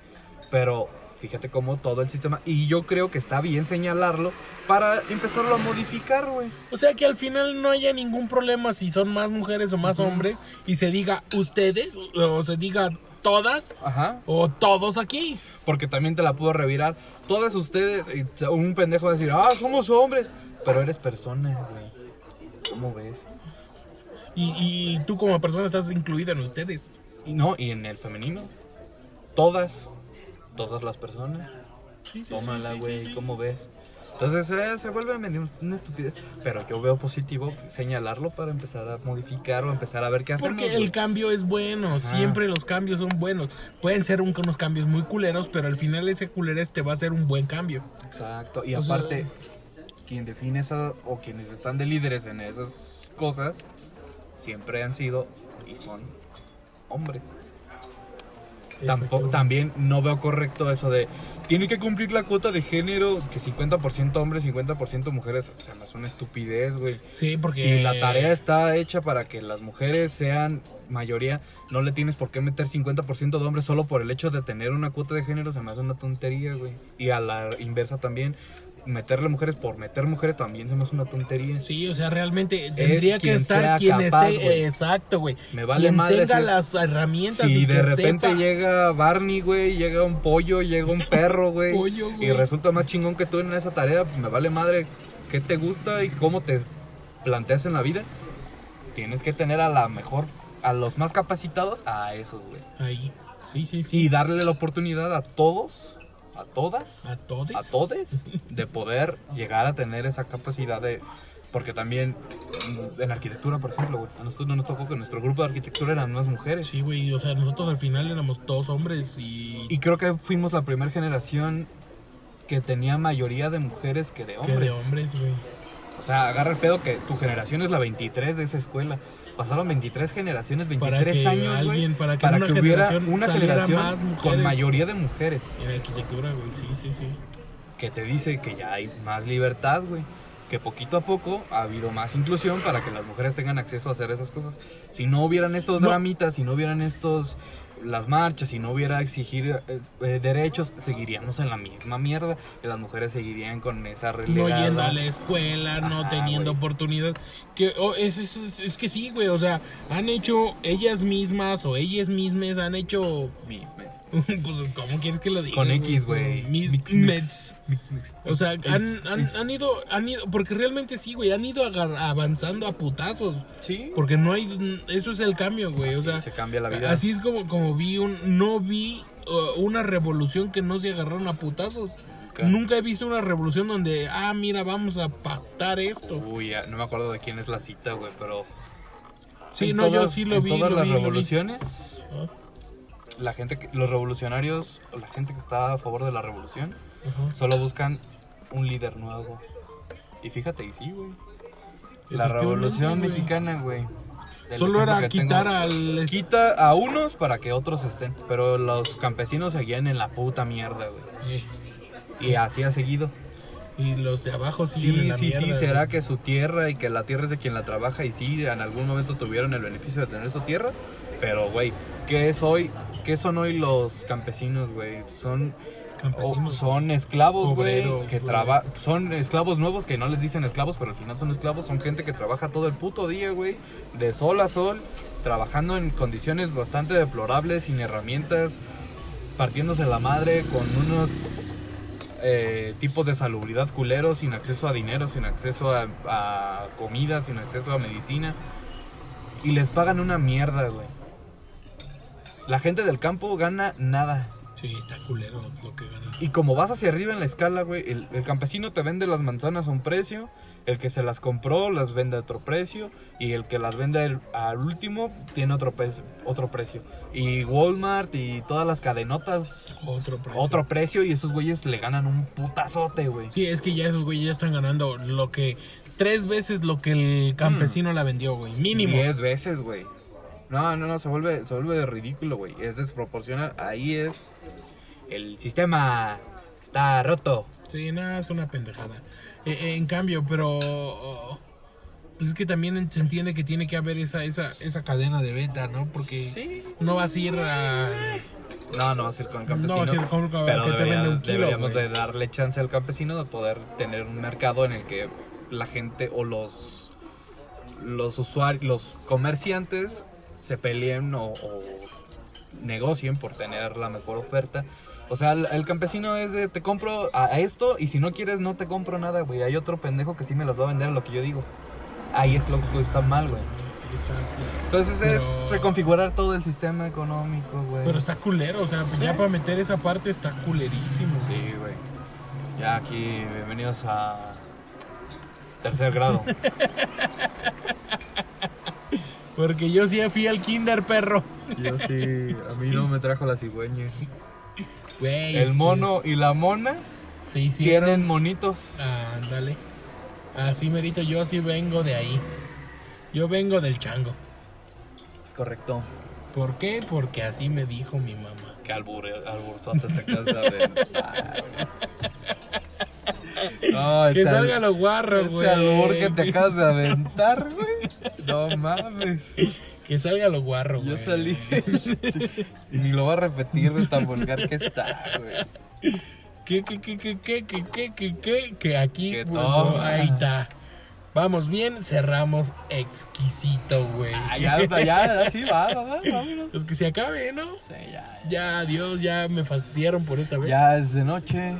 Speaker 4: Pero fíjate cómo todo el sistema... Y yo creo que está bien señalarlo para empezarlo a modificar, güey.
Speaker 5: O sea que al final no haya ningún problema si son más mujeres o más hombres y se diga ustedes o se diga todas
Speaker 4: Ajá.
Speaker 5: o todos aquí.
Speaker 4: porque también te la puedo revirar. Todas ustedes, y t- un pendejo va a decir, ah, somos hombres, pero eres persona, güey. ¿Cómo ves?
Speaker 5: Y, y tú como persona estás incluida en ustedes.
Speaker 4: Y no, y en el femenino, todas, todas las personas, tómala, güey, ¿cómo ves? Entonces eh, se vuelve medio una estupidez, pero yo veo positivo señalarlo para empezar a modificar o empezar a ver qué hacemos.
Speaker 5: Porque
Speaker 4: güey.
Speaker 5: el cambio es bueno, siempre los cambios son buenos. Pueden ser un- unos cambios muy culeros, pero al final ese culerés te va a hacer un buen cambio.
Speaker 4: Exacto, y
Speaker 5: O sea-
Speaker 4: aparte, quien define esa o quienes están de líderes en esas cosas siempre han sido y son hombres. Tampoco,
Speaker 5: Efectivamente.
Speaker 4: también no veo correcto eso de tiene que cumplir la cuota de género que 50% hombres, 50% mujeres. O sea, no es una estupidez, güey.
Speaker 5: Sí, porque
Speaker 4: Si la tarea está hecha para que las mujeres sean mayoría, no le tienes por qué meter 50% de hombres solo por el hecho de tener una cuota de género, se me hace una tontería, güey. Y a la inversa también, meterle mujeres por meter mujeres también se me hace una tontería.
Speaker 5: Sí, o sea, realmente tendría que
Speaker 4: quien sea
Speaker 5: estar quien
Speaker 4: capaz,
Speaker 5: esté.
Speaker 4: güey.
Speaker 5: Exacto, güey.
Speaker 4: Me vale
Speaker 5: quien
Speaker 4: madre
Speaker 5: tenga
Speaker 4: si es-
Speaker 5: las herramientas
Speaker 4: Si
Speaker 5: y
Speaker 4: de
Speaker 5: que
Speaker 4: repente
Speaker 5: sepa.
Speaker 4: llega Barney, güey, llega un pollo, llega un perro, güey,
Speaker 5: Pollo, güey.
Speaker 4: y resulta más chingón que tú en esa tarea, pues me vale madre qué te gusta y cómo te planteas en la vida. Tienes que tener a la mejor, a los más capacitados, a esos, güey.
Speaker 5: Ahí. Sí, sí, sí.
Speaker 4: y darle la oportunidad a todos, a todas,
Speaker 5: A todos.
Speaker 4: a todes, de poder llegar a tener esa capacidad de... Porque también mm, en arquitectura, por ejemplo, güey, a nosotros no nos tocó que nuestro grupo de arquitectura eran más mujeres.
Speaker 5: Sí, güey. O sea, nosotros al final éramos dos hombres y.
Speaker 4: Y creo que fuimos la primera generación que tenía mayoría de mujeres que de
Speaker 5: que
Speaker 4: hombres.
Speaker 5: de hombres, güey.
Speaker 4: O sea, agarra el pedo que tu generación es la 23 de esa escuela. Pasaron 23 generaciones,
Speaker 5: Para
Speaker 4: 23
Speaker 5: que
Speaker 4: años, güey,
Speaker 5: alguien- para que en una
Speaker 4: hubiera
Speaker 5: generación
Speaker 4: una
Speaker 5: saliera
Speaker 4: generación
Speaker 5: más
Speaker 4: con
Speaker 5: mujeres.
Speaker 4: mayoría de mujeres.
Speaker 5: En arquitectura, güey. Sí, sí, sí.
Speaker 4: que te dice que ya hay más libertad, güey. Que poquito a poco ha habido más inclusión para que las mujeres tengan acceso a hacer esas cosas. Si no hubieran estos
Speaker 5: No.
Speaker 4: dramitas, si no hubieran estos las marchas, si no hubiera exigir eh, eh, derechos, seguiríamos en la misma mierda. Que las mujeres seguirían con esa
Speaker 5: No
Speaker 4: realidad.
Speaker 5: yendo a la escuela, no
Speaker 4: Ajá,
Speaker 5: teniendo
Speaker 4: güey.
Speaker 5: oportunidad. Que, oh, es, es- es- es que sí, güey. O sea, han hecho ellas mismas o ellas mismas han hecho.
Speaker 4: Mismas.
Speaker 5: pues, ¿cómo quieres que lo diga?
Speaker 4: Con X, güey.
Speaker 5: Mis
Speaker 4: Mix, mix.
Speaker 5: meds.
Speaker 4: Mix, mix.
Speaker 5: O sea, han,
Speaker 4: Ex-
Speaker 5: han-
Speaker 4: ex.
Speaker 5: han ido, han ido, porque realmente sí, güey, han ido agar- avanzando a putazos.
Speaker 4: Sí.
Speaker 5: Porque no hay, eso es el cambio, güey. O
Speaker 4: Así
Speaker 5: sea,
Speaker 4: se cambia la vida.
Speaker 5: así es como, como vi un, no vi uh, una revolución que no se agarraron a putazos.
Speaker 4: Nunca.
Speaker 5: Nunca he visto una revolución donde, ah, mira, vamos a pactar esto.
Speaker 4: Uy, ya, no me acuerdo de quién es la cita, güey, pero
Speaker 5: sí,
Speaker 4: en
Speaker 5: no, yo
Speaker 4: todas-
Speaker 5: sí lo
Speaker 4: en
Speaker 5: vi.
Speaker 4: Todas
Speaker 5: lo
Speaker 4: las
Speaker 5: vi, lo vi.
Speaker 4: revoluciones la gente, que, los revolucionarios o la gente que está a favor de la revolución solo buscan un líder nuevo. Y fíjate, y sí, güey. La
Speaker 5: Efectivamente,
Speaker 4: revolución
Speaker 5: güey.
Speaker 4: mexicana, güey. del
Speaker 5: Solo
Speaker 4: ejemplo que
Speaker 5: era quitar
Speaker 4: tengo,
Speaker 5: al.
Speaker 4: Quita a unos para que otros estén. Pero los campesinos seguían en la puta mierda, güey.
Speaker 5: Eh,
Speaker 4: Y así ha seguido.
Speaker 5: Y los de abajo siguen en
Speaker 4: Sí,
Speaker 5: la
Speaker 4: sí, sí,
Speaker 5: mierda,
Speaker 4: será
Speaker 5: güey.
Speaker 4: que su tierra y que la tierra es de quien la trabaja y sí, en algún momento tuvieron el beneficio de tener su tierra, pero güey, ¿qué es hoy? ¿Qué son hoy los campesinos, güey? Son o-
Speaker 5: Campesinos.
Speaker 4: Oh, son esclavos, güey,
Speaker 5: Obreros,
Speaker 4: que
Speaker 5: güey.
Speaker 4: traba son esclavos nuevos que no les dicen esclavos, pero al final son esclavos, son gente que trabaja todo el puto día, güey, de sol a sol, trabajando en condiciones bastante deplorables, sin herramientas, partiéndose la madre con unos eh, tipos de salubridad culeros, sin acceso a dinero, sin acceso a, a comida, sin acceso a medicina. Y les pagan una mierda, güey. La gente del campo gana nada.
Speaker 5: Sí, está culero lo que ganan.
Speaker 4: Y como vas hacia arriba en la escala, güey, el, el campesino te vende las manzanas a un precio, el que se las compró las vende a otro precio, y el que las vende al- al último tiene otro, pez- otro precio. Y Walmart y todas las cadenotas,
Speaker 5: Otro precio.
Speaker 4: otro precio, y esos güeyes le ganan un putazote, güey.
Speaker 5: Sí, es que ya esos güeyes ya están ganando lo que. Tres veces lo que el campesino
Speaker 4: Mm.
Speaker 5: la vendió, güey. Mínimo.
Speaker 4: Diez veces, güey. No, no, no, se vuelve, se vuelve ridículo, güey. Es desproporcional. Ahí es. El sistema está roto.
Speaker 5: Sí, nada, es una pendejada. Eh, eh, en cambio, pero. oh, Pues es que también se entiende que tiene que haber esa, esa, esa cadena de venta, ¿no? Porque no vas a ir a.
Speaker 4: No, no va a ser con el campesino.
Speaker 5: No va a ser con el
Speaker 4: pero
Speaker 5: que te
Speaker 4: debería-
Speaker 5: vende un kilo,
Speaker 4: deberíamos
Speaker 5: güey.
Speaker 4: de darle chance al campesino de poder tener un mercado en el que la gente o los los usuarios, los comerciantes se peleen o, o negocien por tener la mejor oferta. O sea, el, el campesino es de te compro a, a esto y si no quieres no te compro nada, güey. Hay otro pendejo que sí me las va a vender a lo que yo digo. Ahí es lo que está mal, güey.
Speaker 5: Exacto.
Speaker 4: Entonces es
Speaker 5: Pero-
Speaker 4: reconfigurar todo el sistema económico, güey.
Speaker 5: Pero está culero, o sea, pues ya para meter esa parte está culerísimo.
Speaker 4: Sí, güey. Ya aquí, bienvenidos a tercer grado.
Speaker 5: Porque yo sí fui al kinder, perro.
Speaker 4: Yo sí, a mí no me trajo la cigüeña.
Speaker 5: Güey.
Speaker 4: El
Speaker 5: este,
Speaker 4: mono y la mona
Speaker 5: Sí, sí.
Speaker 4: tienen monitos.
Speaker 5: Ándale. Así merito, yo sí vengo de ahí. Yo vengo del chango.
Speaker 4: Es correcto.
Speaker 5: ¿Por qué? Porque así me dijo mi mamá.
Speaker 4: Que albur, alburzote te casa de... No,
Speaker 5: Que
Speaker 4: ese al-
Speaker 5: salga los guarros,
Speaker 4: Ese
Speaker 5: güey.
Speaker 4: albur que te acabas de aventar, güey. No mames.
Speaker 5: Que salga los guarros,
Speaker 4: Yo
Speaker 5: güey.
Speaker 4: salí. Ni lo va a repetir de tan vulgar que está, güey.
Speaker 5: ¿Qué, qué, qué, qué, qué, qué, qué, qué, qué? Que aquí.
Speaker 4: Que
Speaker 5: bueno,
Speaker 4: toma.
Speaker 5: ahí está. Vamos bien, cerramos exquisito, güey.
Speaker 4: Ah, ya, ya, sí, va, va, va, vámonos.
Speaker 5: Es que se acabe, ¿no?
Speaker 4: Sí, ya,
Speaker 5: Ya, adiós, ya me fastidiaron por esta vez.
Speaker 4: Ya es de noche,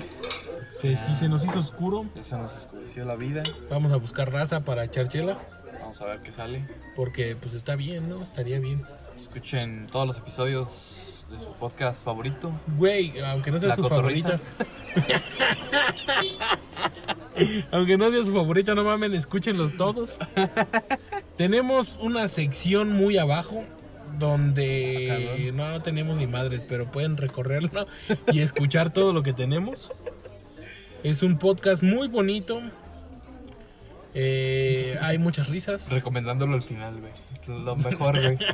Speaker 5: Se, sí, se nos hizo oscuro.
Speaker 4: ya se nos oscureció la vida.
Speaker 5: Vamos a buscar raza para echar chela.
Speaker 4: Vamos a ver qué sale.
Speaker 5: Porque pues está bien, ¿no? Estaría bien.
Speaker 4: Escuchen todos los episodios de su podcast favorito.
Speaker 5: Güey, aunque no sea
Speaker 4: La
Speaker 5: su
Speaker 4: cotorriza.
Speaker 5: favorita. aunque no sea su favorita, no mamen, escúchenlos todos. tenemos una sección muy abajo
Speaker 4: Ah,
Speaker 5: donde no, no tenemos ni madres, pero pueden recorrerlo y escuchar todo lo que tenemos. Es un podcast muy bonito. Eh, hay muchas risas.
Speaker 4: Recomendándolo al final, güey. Lo mejor, güey.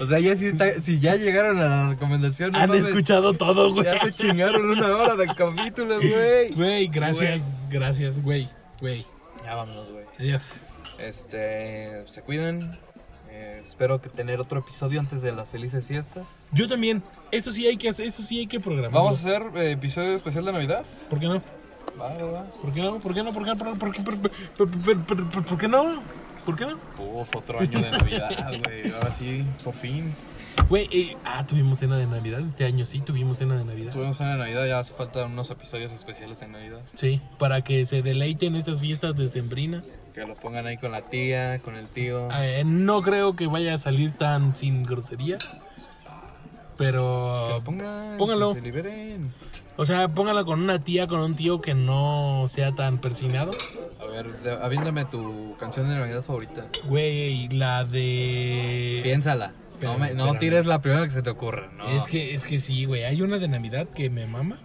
Speaker 4: O sea, ya sí está, si ya llegaron a la recomendación, no
Speaker 5: Han
Speaker 4: mames,
Speaker 5: escuchado todo, güey.
Speaker 4: Ya se chingaron una hora de capítulo, güey.
Speaker 5: Güey, gracias, gracias, güey, güey.
Speaker 4: Ya vámonos, güey.
Speaker 5: Adiós.
Speaker 4: Este, se cuidan. Eh, espero que tener otro episodio antes de las felices fiestas.
Speaker 5: Yo también. Eso sí hay que hacer, eso sí hay que programar.
Speaker 4: Vamos a hacer eh, episodio especial de Navidad.
Speaker 5: ¿Por qué no?
Speaker 4: Va, va, va.
Speaker 5: ¿Por qué no? ¿Por qué no? ¿Por qué no? ¿Por qué, por, por- por- por- por- por- por qué no? ¿Por qué no?
Speaker 4: Uf, otro año de Navidad, güey. Ahora sí, por fin.
Speaker 5: Güey, eh, ah, tuvimos cena de Navidad. Este año sí tuvimos cena de Navidad.
Speaker 4: Tuvimos una Navidad, ya hace falta unos episodios especiales en Navidad.
Speaker 5: Sí, para que se deleiten estas fiestas decembrinas.
Speaker 4: Que lo pongan ahí con la tía, con el tío.
Speaker 5: Eh, no creo que vaya a salir tan sin grosería.
Speaker 4: Que
Speaker 5: Pero,
Speaker 4: lo pongan.
Speaker 5: póngalo.
Speaker 4: Que se liberen.
Speaker 5: o sea, póngala con una tía, con un tío que no sea tan persinado.
Speaker 4: A ver, de- aviéndame tu canción de Navidad favorita.
Speaker 5: Güey, la de...
Speaker 4: Piénsala.
Speaker 5: Pero,
Speaker 4: no me- no
Speaker 5: espérame.
Speaker 4: tires la primera que se te ocurra, no.
Speaker 5: Es que, es que sí, güey. Hay una de Navidad que me mama.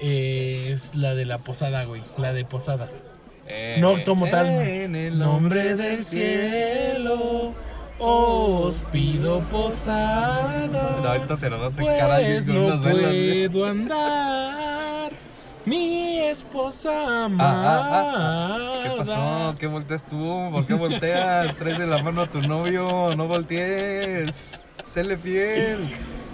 Speaker 5: Eh, es la de la posada, güey. La de posadas.
Speaker 4: Eh,
Speaker 5: No como tal.
Speaker 4: En el
Speaker 5: Nombre del cielo, os pido posada.
Speaker 4: No, ahorita se nos va a secar alguien
Speaker 5: Pues
Speaker 4: con
Speaker 5: no
Speaker 4: unas velas. ¿eh?
Speaker 5: puedo andar. Mi esposa amada.
Speaker 4: ah, ¿Qué pasó? ¿Qué volteas tú? ¿Por qué volteas? Traes de la mano a tu novio, no voltees. Séle fiel.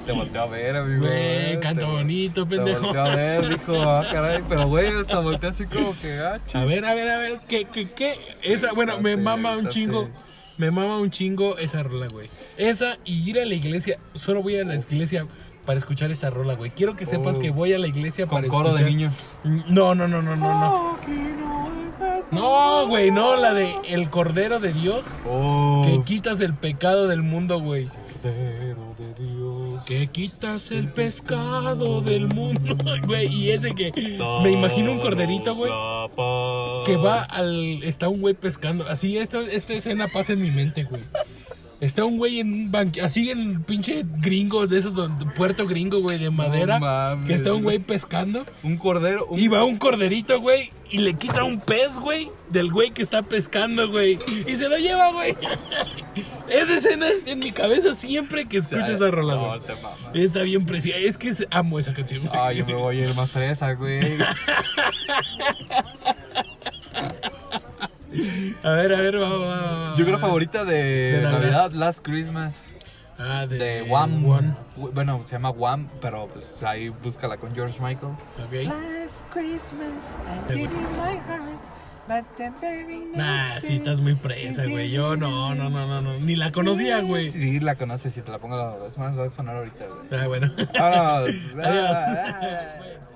Speaker 4: Te volteó a ver, amigo.
Speaker 5: Güey,
Speaker 4: eh,
Speaker 5: canta
Speaker 4: te-
Speaker 5: bonito,
Speaker 4: Te
Speaker 5: pendejo.
Speaker 4: volteó a ver, dijo, ah, caray, pero güey, hasta volteó así como que "Ah, gacho.
Speaker 5: A ver, a ver, a ver, ¿qué, qué, qué? Esa, bueno, me
Speaker 4: Gustaste,
Speaker 5: mama un
Speaker 4: gustaste.
Speaker 5: chingo. Me mama un chingo esa rola, güey. Esa y ir a la iglesia. Solo voy a la iglesia para escuchar esa rola, güey. Quiero que sepas
Speaker 4: Oh.
Speaker 5: que voy a la iglesia
Speaker 4: Con
Speaker 5: para
Speaker 4: coro
Speaker 5: escuchar.
Speaker 4: de niños.
Speaker 5: No, no, no, no, no, no. No, güey, no, la de El Cordero de Dios.
Speaker 4: Oh,
Speaker 5: Que quitas el pecado del mundo, güey.
Speaker 4: Cordero de Dios.
Speaker 5: Que quitas el pescado del mundo, güey. Y ese que. Me imagino un corderito, güey. Que va al. Está un güey pescando. Así, esto, esta escena pasa en mi mente, güey. Está un güey en un banque. Así en pinche gringo, de esos donde- puerto gringo, güey, de madera.
Speaker 4: mames.
Speaker 5: que está un güey pescando.
Speaker 4: Un cordero, un
Speaker 5: Y va un corderito, güey. Y le quita un pez, güey. Del güey que está pescando, güey. Y se lo lleva, güey. Esa escena es en mi cabeza siempre que escucho esa rola, güey.
Speaker 4: No, te mamas.
Speaker 5: Está bien preciosa. Es que es- amo esa canción. güey.
Speaker 4: Ay, yo me voy a ir más fresa, güey.
Speaker 5: A ver, a ver, va, va, va, va.
Speaker 4: Yo creo favorita de,
Speaker 5: De Navidad.
Speaker 4: Navidad. Last Christmas,
Speaker 5: Ah, de,
Speaker 4: de
Speaker 5: de
Speaker 4: Wham.
Speaker 5: One.
Speaker 4: Bueno, se llama Wham, pero pues ahí búscala con George Michael.
Speaker 5: Ok.
Speaker 8: Last Christmas, I
Speaker 5: Ay,
Speaker 8: gave
Speaker 5: güey.
Speaker 8: you my heart, but the very next
Speaker 5: Nah, sí,
Speaker 8: day
Speaker 5: estás muy presa, güey. Yo no, no, no, no, no. Ni la conocía, güey.
Speaker 4: Sí, sí, la conoces, si te la pongo, es más, va a sonar ahorita, güey.
Speaker 5: Ah, bueno.
Speaker 4: Vámonos.
Speaker 5: Adiós.